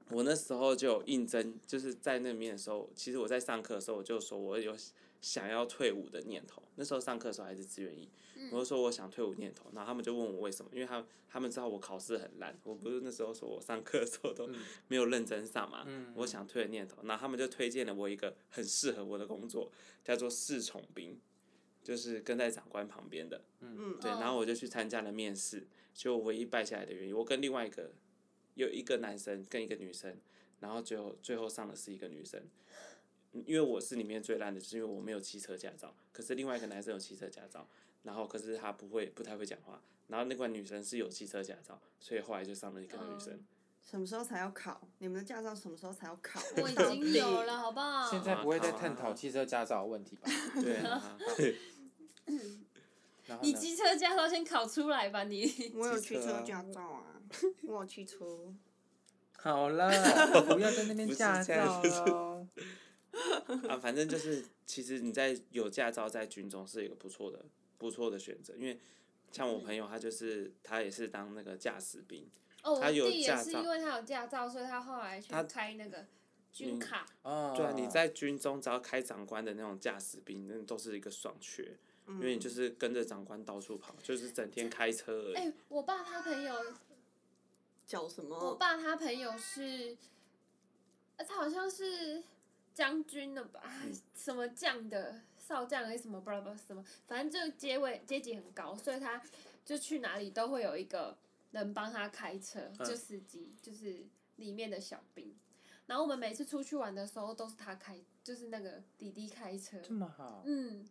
我那时候就有应征，就是在那边的时候，其实我在上课的时候，我就说我有想要退伍的念头。那时候上课的时候还是志愿役，
嗯
我就说我想退伍念头，然后他们就问我为什么，因为他他们知道我考试很烂，我不是那时候说我上课的时候都没有认真上嘛，
嗯
我想退的念头，然后他们就推荐了我一个很适合我的工作，叫做侍从兵。就是跟在长官旁边的，
嗯，
对，
哦
然后我就去参加了面试，就唯一败下来的原因，我跟另外一个有一个男生跟一个女生，然后最后最后上的是一个女生，嗯因为我是里面最烂的，就是因为我没有汽车驾照，可是另外一个男生有汽车驾照，然后可是他不会不太会讲话，然后那个女生是有汽车驾照，所以后来就上了一个女生。
什么时候才要考？你们的驾照什么时候才要考？
我已经有了，好不好？
现在不会再探讨汽车驾照的问题 吧？
对啊，
然后
你
呢？
机车驾照先考出来吧，你。
我有
汽
汽
车
车
啊
驾照啊，我有汽车。
好 了，不要在那边
不是
驾
这样
照
子
喽。
啊，反正就是，其实你在有驾照在军中是一个不错的、不错的选择，因为像我朋友，他就是他也是当那个驾驶兵，
哦，我
他有
弟也
驾
是
照
因为他有驾照，所以他后来去
他
开那个军
嗯
卡。
哦，
对啊，你在军中只要开长官的那种驾驶兵，那都是一个爽缺，因为你就是跟着长官到处跑，就是整天开车而已。
哎、我爸他朋友，
叫什
我
么？
爸他朋友是，呃他好像是将军的吧， 什么将的少将还是什么，不知道不知道什么，反正就阶位阶级很高，所以他就去哪里都会有一个人帮他开车，
嗯
就司机，就是里面的小兵。然后我们每次出去玩的时候都是他开，就是那个弟弟开车。
这么好，
嗯，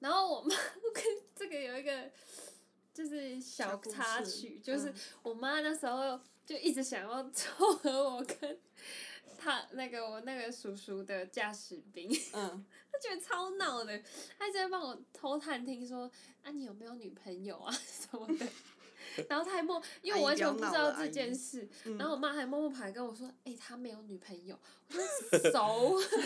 然后我妈跟这个有一个就是小
小故
插
事
曲，就是
嗯
我妈那时候就一直想要 撮合我跟他那个我那个叔叔的驾驶兵，
嗯，
她觉得超闹的，她一直在帮我偷探听说啊你有没有女朋友啊 什么的。然后她还默，因为我
阿
完
姨不
全
要
不知
闹
道
了
这
阿
件
姨
事，
嗯
然后我妈还默默跑来跟我说：“哎、他没有女朋友。”我 说熟，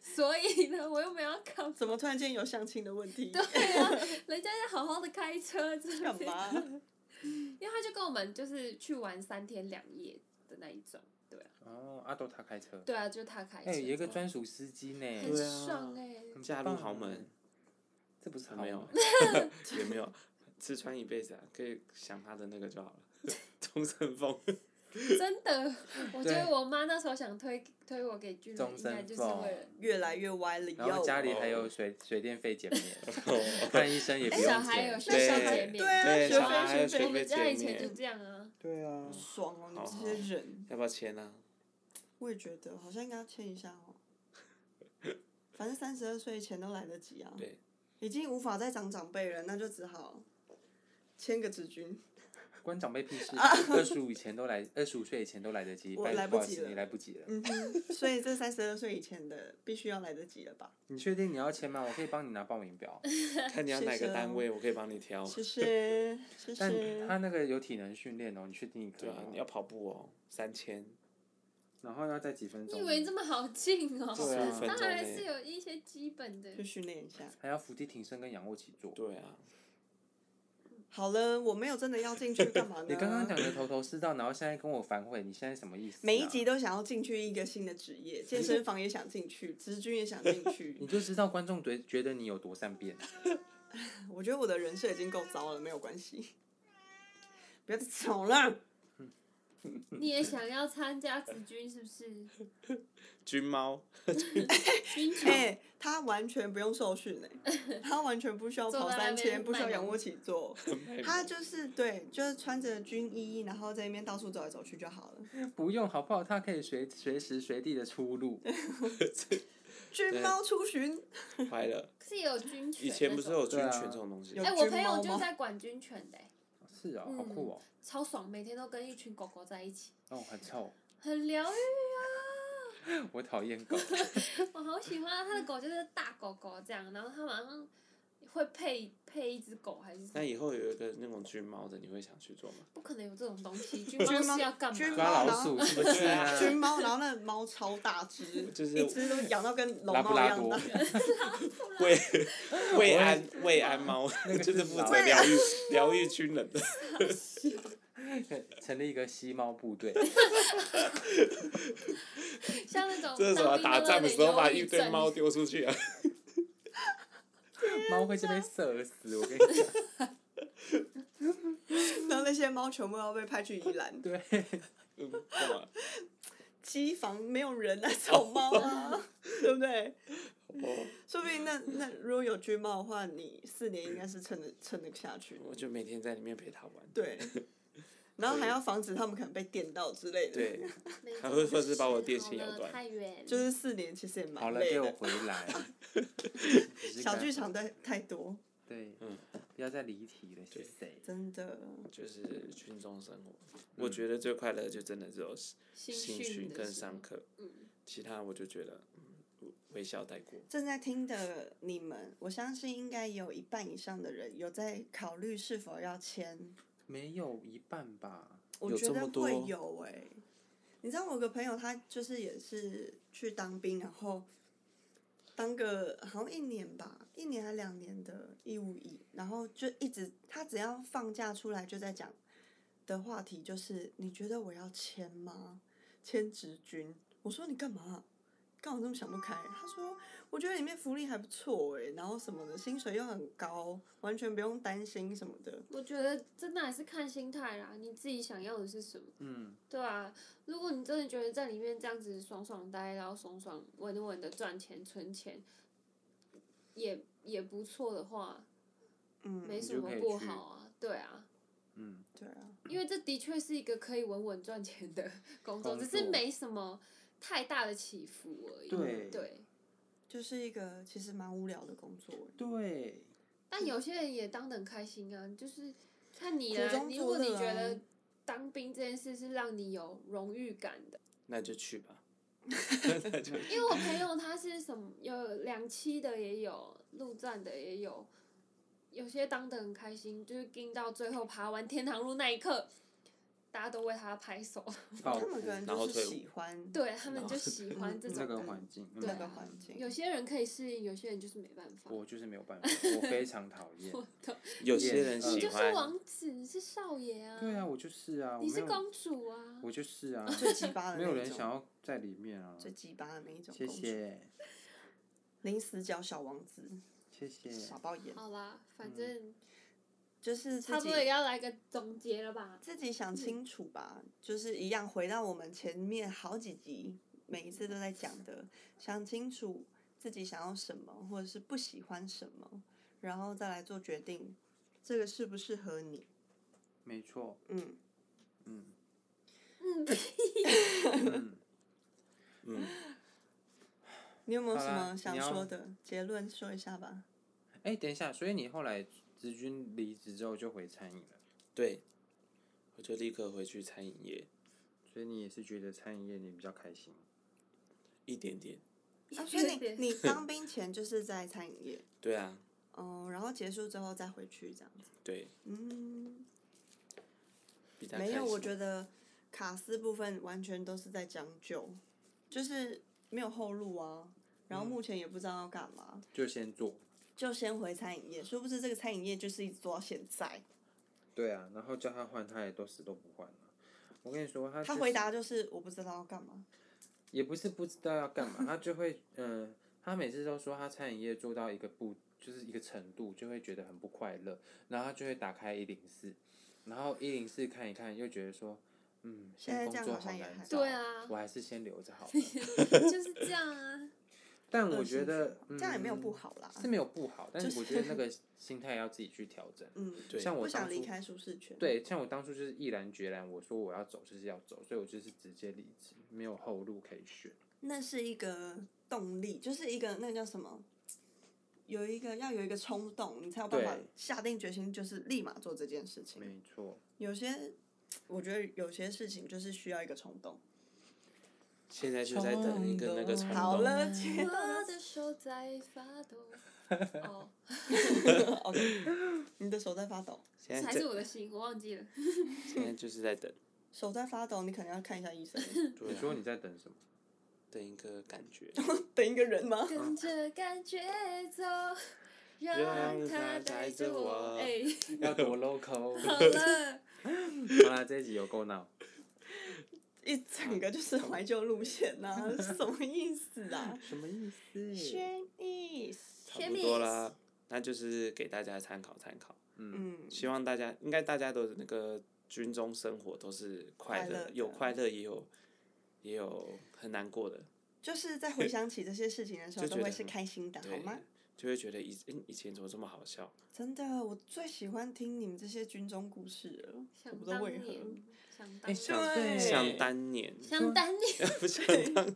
所以呢，我又没有要干嘛
怎么突然间有相亲的问题？
对啊，人家在好好的开车，真的
干。嘛？
因为他就跟我们就是去玩三天两夜的那一种，对啊，
哦，阿豆他开车，
对啊，就他开车，
哎，有一个专属司机
很
呢，
对啊
爽哎、
很
嫁入
棒
豪门，
这不是豪
没有
门，
也没有，吃穿一辈子啊，可以想他的那个就好了。钟胜峰，
哎真的，我觉得我妈那时候想推推我给军人，
终
应该
身
就是为了
俸。
越来越歪了
然后
哟。
家里还 有水水电费减 免，看医生也不
哎
用
小
钱。
孩有学
对
校减免，
对啊，
对
学
小孩还
费
有学
学费
我
费
们家以前
减免
就这样啊，
对啊，
爽哦！你
好
们
好
这些人，
要不要签啊？
我也觉得好像应该要签一下哦。 反正三十二岁前都来得及啊，
对，
已经无法再长长辈了，那就只好签个职军。
关长辈屁事。 二十五以前都来，二十五岁以前都来得及，
啊我
拜
来
托
不
不好
及
意思你
了
来不及了。
嗯哼， 所以这三十二岁以前的必须要来得及了吧？
你确定你要签吗？我可以帮你拿报名 表，
看你要哪
谢
个
谢
单
哦
位，我可以帮你挑。
谢谢，谢
但
谢。
他那个有体能训练哦，你确定你可
对
以
啊，你
吗？
要跑步哦，三千，
然后要在几分
你
钟
以
呢？
为你这么好进哦、
对啊
当然还是有一些基本的
就。训练一下。
还要伏地挺身跟仰卧起坐。
对啊，
好了，我没有真的要进去干嘛呢？
你刚刚讲的头头是啊道，然后现在跟我反悔，你现在什么意思、啊？
每一集都想要进去一个新的职业，健身房也想进去，职军也想进
你
去。
就知道观众觉觉得你有多善变。 嗯
我觉得我的人设已经够糟了，没有关系。 不要再吵了，
你也想要参加职军是不是？
军猫，
军 犬
哎、他完全不用受训哎、他完全不需要
坐在
跑
那
三
边
千，不需要
卖
仰
萌
卧起 坐，他就是对，就是穿着军衣，然后在那边到处走来走去就好了。
不用好不好？他可以随随时随地的出 入。
军猫出巡，
坏了。
可是也有军犬。
以前不是有军
对啊
犬这种东西
有
哎、我
军
朋友
猫
就
吗
在管军犬的、欸
是哦，好酷哦，
超爽，每天都跟一群狗狗在一起，
嗯
哦，很臭，
很疗愈啊！
我讨厌 狗。
我好喜欢啊他的狗，就是大狗狗这样，然后他晚上会配配一只狗还是什
那
么？
以后有一个那种军猫的，你会想去做吗？
不可能有这种东西，军
军
猫
猫
是要干
军
嘛？
抓老鼠是不是啊？
军猫，然后那猫超大 只，
就是
一只都养到跟龙
拉布
猫一
拉
样
多
大。，
慰慰安慰安猫，
那个
就是是负责
老
疗愈疗愈军人
哦
的。
成立一个吸猫部 队，
像那种
这是什么？
当兵
打
都
仗
有
的
点
时候把
忧郁
一堆
症
猫丢出 去啊！
猫会是被射死。我跟你 讲，
然后那些猫全部要被派去宜兰，
对，
嗯干嘛？
机房没有人 来找猫
哦
啊，对不对？
哦，
说不定那那如果有军猫的话，你四年应该是撑得撑得下去的。
我就每天在里面陪它玩。
对，然后还要防止它们可能被电到之类的。，
对，
没
还
这
会
种
说是把
事
我电
好
线咬
了
断
太远，
就是四年其实也
好
蛮
了，
累
给我
的。
回来。
小剧场太太多，
对，
嗯
不要再离题了，谢
对
谢。
真的
就是群众生活。
嗯
我觉得最快乐就真的只有
新
兴趣
训的
跟
时候
上，课，
嗯，
其他我就觉得嗯微笑带过。
正在听的你们，我相信应该有一半以上的人有在考虑是否要签，
没有一半吧？
我
有
觉
这
得
么多
会有哎、你知道我有个朋友，他就是也是去当兵，然后当个好像一年吧，一年还两年的义务役，然后就一直他只要放假出来就在讲的话题就是，你觉得我要签吗？签职军？我说你干嘛？干嘛这么想不开？他说我觉得里面福利还不错哎、然后什么的，薪水又很高，完全不用担心什么的。
我觉得真的还是看心态啦，你自己想要的是什么，
嗯，
对啊，如果你真的觉得在里面这样子爽爽待，然后爽爽稳稳的赚钱存钱，也也不错的话，
嗯，
没什
就
么
可以
不
去
好啊，对啊，
嗯，
对啊，
因为这的确是一个可以稳稳赚钱的工作，
工
只是
作
没什么太大的起伏而已。
对
就是一个其实蛮无聊的工作欸。
对，
但有些人也当得很开心啊，就是看你啦、
苦中
你
作
如果你
乐
觉
啊
得当兵这件事是让你有荣誉感的，
那就去吧。
因为我朋友他是什么有两期的也有，陆战的也有，有些当得很开心，就是盯到最后爬完天堂路那一刻，大家都为他拍手，
爆
他
哭
们可能
然后
就是
退伍
喜欢
对他们就喜 欢这
这
种
哦个
感
环境，嗯
那个
啊
环境。
有些人可以适应，有些人就是没办法。
我就是没有办法， 我非常讨厌。
有些人
嗯
你
喜
就是
欢，
王子，你是少爷啊，
对啊，我就是啊，我
你
没
是
有，
公主啊，
我就是啊，
最鸡巴的
没
那
有
一
人
种
想要在里面啊。
最鸡巴的那一种
谢
公主，
谢，
零死角小王子，
谢谢。
傻包眼，
好啦，
嗯
反正
就是
差
自
不
己
多也要来个总结了吧。
自己想清楚吧。就是一样，回到我们前面好几集，每一次都在讲的，想清楚自己想要什么，或者是不喜欢什么，然后再来做决定，这个适不适合你。
没错，
嗯，
嗯
嗯，
嗯，
嗯，
你有没有
好
什
啦
么想
你要
说的？结论说一下吧。
哎，等一下，所以你后来直军离职之后就回餐饮了，
对，我就立刻回去餐饮业
所以你也是觉得餐饮业你比较开心。
一点点。
啊，所以
有点
你你当兵前就是在餐饮业，
对啊，
哦，然后结束之后再回去这样子。
对，
嗯。
比较
没
开
有，我
心
觉得卡斯部分完全都是在将就，就是没有后路啊。
嗯
然后目前也不知道要干嘛，
就先做。
就先回餐饮业。殊不知这个餐饮业就是一直做到现在。
对啊，然后叫他换，他也都死都不换啊我跟你说，他、
他回答就是我不知道要干嘛。
也不是不知道要干嘛，他就会嗯、呃他每次都说他餐饮业做到一个不就是一个程度，就会觉得很不快乐，然后他就会打开一零四，然后一零四看一看，又觉得说，嗯，
现在
工
这样
作
好像也
难
还
找，
对啊
我还是先留着好 了。
就是这样啊。
但我觉得、嗯、
这样也没有不好啦。
是没有不好，但
就是
我觉得那个心态要自己去调整。
嗯，
对
像我
不
当
想离
初
开舒适圈。，
对，像我当初就是毅然决然，我说我要走就是要走，所以我就是直接离职，没有后路可以选。
那是一个动力，就是一个那个叫什么？有一个要有一个冲动，你才有办法
对
下定决心，就是立马做这件事情。
没错，
有些，我觉得有些事情就是需要一个冲动。
现在就在等一个那个冲
嗯好
动，
了，接到
我的手在发 抖。哦，
OK，你的手在发抖，
现在
还是
在
我的心，我忘记 了。
现在就是在等，
手在发抖，你可能要看一下医生。
对
你
啊
说你在等什么？
等一个感 觉，
等一个人吗？
跟着感觉走， 让
让
它
它
带
带
着
着
我。
我
哎，
要多 local？
好了，
好啦，这一集有够闹。
一整个就是怀旧路线呐、 什么意思啊？
什么意思
轩逸，
差不多啦，那就是给大家参考参考。
嗯，
希望大家应该大家的那个军中生活都是快
快乐
乐，
的
有快乐也有也有很难过的，
就是在回想起这些事情的时候，
就
都
觉得
会是
很
开心的，好
对
吗？，
就会觉得以嗯以前怎么这么好笑，
真的，我最喜欢听你们这些军中故事了，我
想
不知道
当
为
年
何。，
想当
哎
年
想
对
想当年，
想当年，
不想当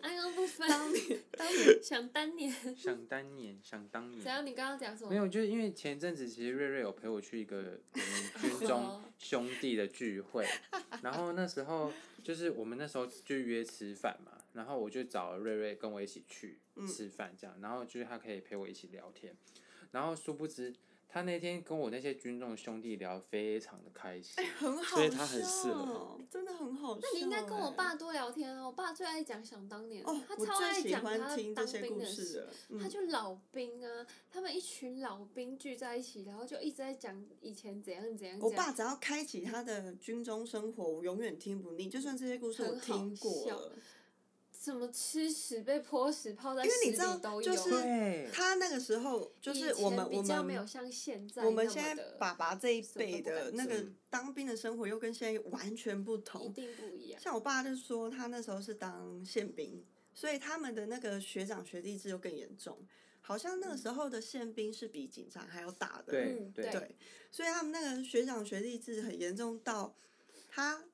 安 阳不分，当年
当年
想当年，
想当年，想当
只
年。
要你刚刚讲什么，
没有，就是因为前阵子其实瑞瑞有陪我去一个我们军中
哦
兄弟的聚会，然后那时候就是我们那时候就约吃饭嘛，然后我就找了瑞瑞跟我一起去吃饭这样，然后就是他可以陪我一起聊天，然后殊不知他那天跟我那些军中兄弟聊得非常的开心
哎、，很好
所以他很适合
笑，真的很好笑哎。
那你应该跟我爸多聊天啊！我爸最爱讲想当年，
哦，
他
我
超
最
爱
喜
讲
欢
他
听这
当
些
兵
故
的
事
事。
了，
他
嗯
就老兵啊，他们一群老兵聚在一起，然后就一直在讲以前怎样怎样
我
怎
爸
样。
只要开启他的军中生活，我永远听不腻。就算这些故事我
很好
听过
笑
了，
什么吃屎被泼屎泡在
因为你
屎
知道
里都有。
就是
对，啊
他那个时候就是
以前
我们我
比较没有
们
像现在
我们
那么
现在
的
爸爸这一
什么
辈
都不
的
敢
那个
做
当兵的生活又跟现在完全不
一
同。
定不一样。
像我爸就说他那时候是当宪兵，所以他们的那个学长学弟制又更严重。好像那个时候的宪兵是比警察还要大的，
对
嗯
对
对
对，所以他们那个学长学弟制很严重到他。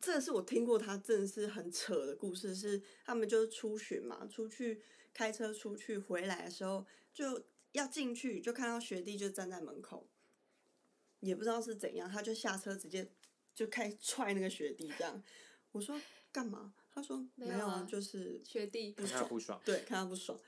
这是我听过他真的是很扯的故事，是他们就是出巡嘛，出去开车出去回来的时候，就要进去就看到学弟就站在门口，也不知道是怎样，他就下车直接就开始踹那个学弟这样。我说干嘛？他说没
没有
有啊
啊，
就是
学弟
看他不爽。
对看他不爽。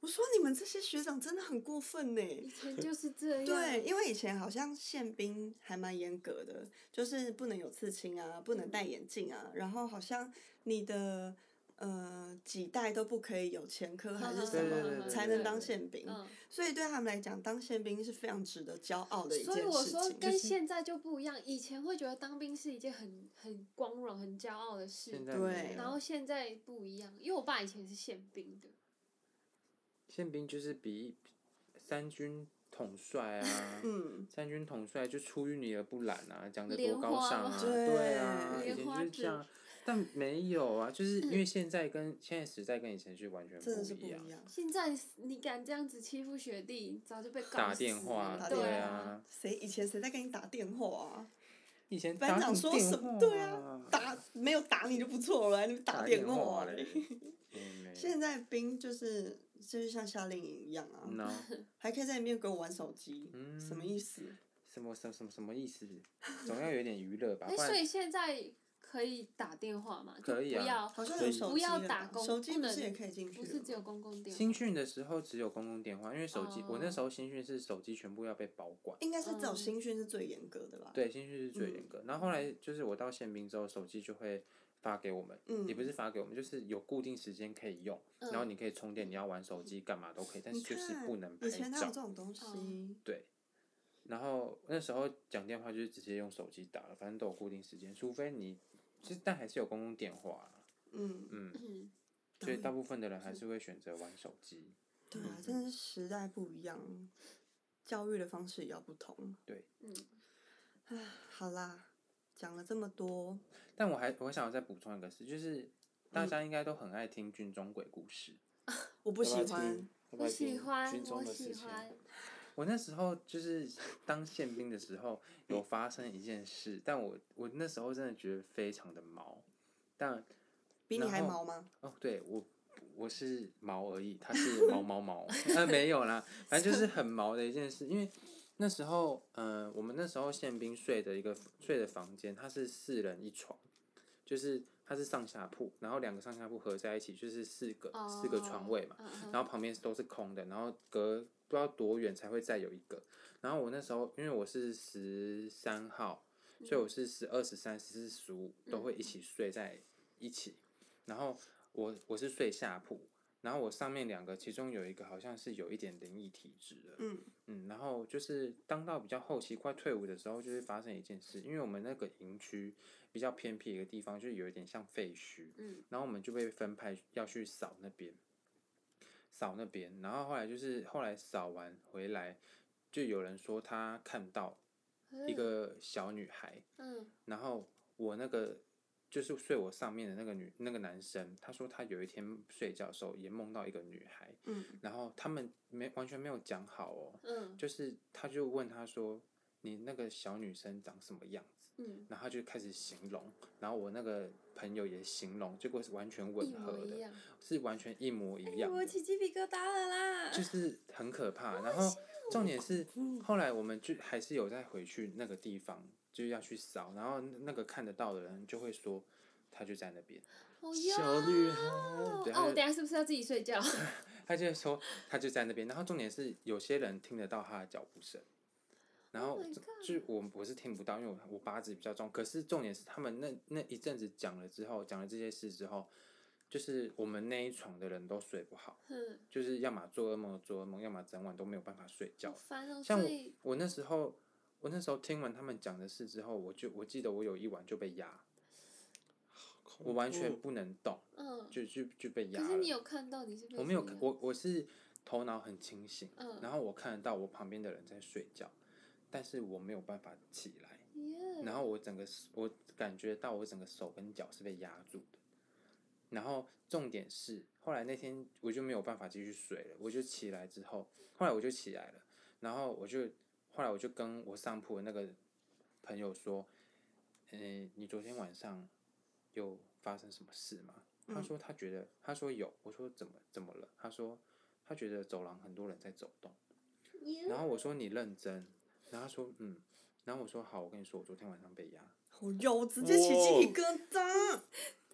我说你们这些学长真的很过分呢、
以前就是这样。
对，，因为以前好像宪兵还蛮严格的，就是不能有刺青啊，不能戴
嗯
眼镜啊，然后好像你的呃几代都不可以有前科还是什
对对对
么，
对
才
对
能当
对
宪兵。
嗯，
所以对他们来讲，当宪兵是非常值得骄傲的一件
所以我
事
说
情。就
跟
是
现在就不一样，以前会觉得当兵是一件很很光荣、很骄傲的事
现，在
对，
没有
然后现在不一样，因为我爸以前是宪兵的，
宪兵就是比三军统帅啊
嗯，
三军统帅就出淤泥而不染啊，讲的
莲
多高
花
尚
吗
啊，
对
对啊，以
莲
前
花
就是
指
这样，但没有啊，就是因为
嗯
现在跟现在时代跟以前是完全
真的是不
一样，
一样。
现在你敢这样子欺负学弟，早就被告
打
死
电
了
话
打
对
电
啊，，
谁以前谁在跟你打电话啊？
以前
班
打
长
你
说
电
什么？
话
对啊，打没有打你就不错了，还那
打
电
电
话
嘞
嘞。，
嗯没有
现在兵就是就是像夏令营一样啊，
，no，
还可以在里面给我玩手机，
嗯
什么意思？
什么什么什么什么意思？总要有点娱乐吧，
哎，
不
所
然
以现在可以打电话嘛？就
可以啊
不要
好像
可
有
以
手
不
机
要
了
打
吧
工
手机
不
不是
能
也可以进去
不
了吗？
是只有公共电
新
话，
训的时候只有公共电话，因为手机
哦
我那时候新训是手机全部要被保管。
应该是只有
嗯
新训是最严格的吧？，
对，新训是最严
嗯
格。然后后来就是我到宪兵之后，手机就会发给我们，
嗯
也不是发给我们，就是有固定时间可以用，
嗯
然后你可以充电，你要玩手机干嘛都可以，但是
你
就是
看
不能
以
拍
前哪有这
照。
种东西？
嗯
对，然后那时候讲电话就是直接用手机打了，反正都有固定时间，除非你其实但还是有公共电话啊、
嗯，
嗯，
嗯，
所以
导
大部分的人还是会选择玩手机。
对啊，
嗯
真的是时代不一样，教育的方式也要不同。
对，
嗯，
唉，好啦，讲了这么多，
但我还我想要再补充一个事，就是
嗯
大家应该都很爱听军中鬼故事，
我不
要
喜
要
欢
听。要不
我
要
喜
听
欢
军，中
我
的事
喜
情，
欢，
我那时候就是当宪兵的时候，有发生一件事，但我我那时候真的觉得非常的毛，但
比你
然
还
后
毛吗？
哦，对我我是毛而已，他是毛毛毛，啊没有啦，反正就是很毛的一件事，因为那时候，呃，我们那时候宪兵睡的一个睡的房间，它是四人一床，就是它是上下铺，然后两个上下铺合在一起就是四个、四个床位嘛，
哦，嗯嗯
然后旁边都是空的，然后隔不知道多远才会再有一个。然后我那时候因为我是十三号，所以我是十二、十三、十四、十五都会一起睡在一起。然后我我是睡下铺，然后我上面两个，其中有一个好像是有一点灵异体质的，
嗯
嗯，然后就是当到比较后期快退伍的时候，就是发生一件事，因为我们那个营区比较偏僻一个地方，就是有一点像废墟，
嗯，
然后我们就被分派要去扫那边，扫那边，然后后来就是后来扫完回来，就有人说他看到一个小女孩，
嗯，
然后我那个就是睡我上面的那个女那个男生，他说他有一天睡觉的时候也梦到一个女孩，
嗯，
然后他们没完全没有讲好哦，
嗯嗯，
就是他就问他说：“你那个小女生长什么样子？”
嗯，
然后他就开始形容，然后我那个朋友也形容，结果是完全吻
一
合
模一
的，
样，哎
是完全一模一样
我
的，
起鸡皮疙瘩了啦。
就是很可怕。然
哦
后重点是后来我们就还是有再回去那个地方，就是要去扫，然后那个看得到的人就会说。他就在那边，
好
小
呀
女
哦
孩，
对
啊，我等一下是不是要自己睡觉？
他就说他就在那边，然后重点是有些人听得到他的脚步声，然后
Oh my
就
god
就是我我是听不到，因为我我八字比较重。可是重点是他们那那一阵子讲了之后，讲了这些事之后，就是我们那一床的人都睡不好，
嗯，
就是要么做噩梦做噩梦，要么整晚都没有办法睡
好
觉。
烦哦。
像
所
我
以
我那时候我那时候听完他们讲的事之后，我就我记得我有一晚就被压，我完全不能动，
嗯，
就就就被压
可是
了
你。有看到你是被
我没有
怎
看
么样
我我是头脑很清醒。
嗯，
然后我看得到我旁边的人在睡觉，但是我没有办法起来，
耶
然后我整个我感觉到我整个手跟脚是被压住的，然后重点是后来那天我就没有办法继续睡了，我就起来之后，后来我就起来了，然后我就后来我就跟我上铺的那个朋友说，嗯、你昨天晚上有发生什么事吗？他
嗯
说他觉得，他说有，我说怎么怎么了？他说他觉得走廊很多人在走动。
耶
然后我说你认真，然后他说嗯，然后我说好，我跟你说，我昨天晚上被压。
好油，直接起鸡皮疙 瘩。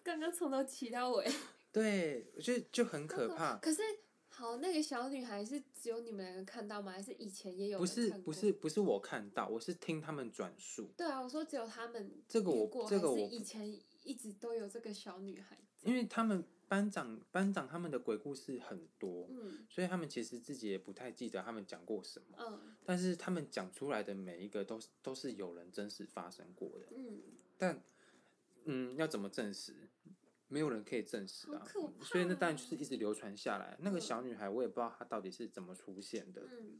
刚刚从头骑到尾，
对，我觉得就很可怕。
哦可是好，那个小女孩是只有你们两个看到吗？还是以前也有
不
人
是
看
不
过
是？不是我看到，我是听他们转述。
对啊，我说只有他们
这个
遇
我
过
这个
还是
我
以
不
前一直都有这个小女孩。
因为他们班长班长他们的鬼故事很多，
嗯
所以他们其实自己也不太记得他们讲过什么，
嗯
但是他们讲出来的每一个都是都是有人真实发生过的。
嗯，
但嗯，要怎么证实？没有人可以证实
好
啊
可，
所以那当然就是
怕
一直流传下来。那个
嗯
小女孩，我也不知道她到底是怎么出现的，
嗯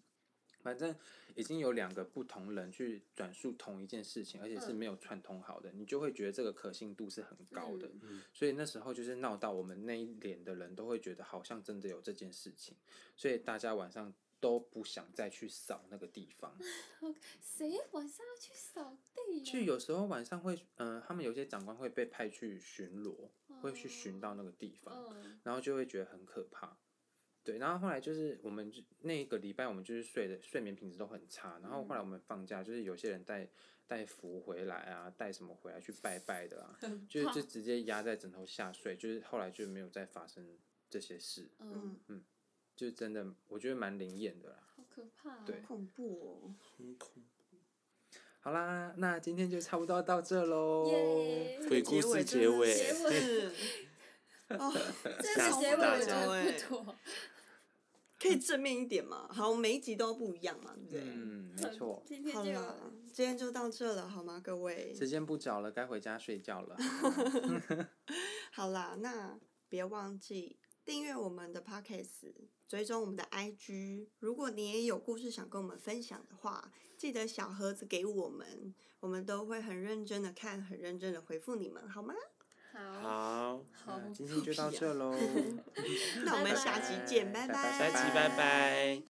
反正已经有两个不同人去转述同一件事情，而且是
嗯
没有串通好的，你就会觉得这个可信度是很高的。
嗯
所以那时候就是闹到我们那一连的人都会觉得好像真的有这件事情，所以大家晚上都不想再去扫那个地方。
嗯谁晚上要去扫地、哦呀
就有时候晚上会，嗯、他们有些长官会被派去巡逻，会去巡到那个地方，
嗯
然后就会觉得很可怕。对，然后后来就是我们就那一个礼拜，我们就是睡的睡眠品质都很差。然后后来
嗯
我们放假，就是有些人带带符回来啊，带什么回来去拜拜的啊，
很
就是
怕
就直接压在枕头下睡，就是后来就没有再发生这些事，
嗯
嗯，
就真的我觉得蛮灵验的啦。
好可怕、哦。
对
恐怖
很恐
好啦，那今天就差不多到这喽。
耶。
鬼故事结尾，
结尾
哦，是 哦，
这
吓
个
死
结尾
大
我觉
家
哎
得不妥。
可以正面一点嘛？好，每一集都不一样嘛，对不对？
嗯，没错。
今天
好
就
啦，今天就到这了，好吗，各位？
时间不早了，该回家睡觉 了。
好啦，那别忘记订阅我们的 Podcast，追踪我们的 IG。如果你也有故事想跟我们分享的话，记得小盒子给我们，我们都会很认真的看，很认真的回复你们，好吗？
好
好，
好啊
那今天就到这喽，
那我们
拜拜
下集见，
拜
拜
拜
下期拜拜。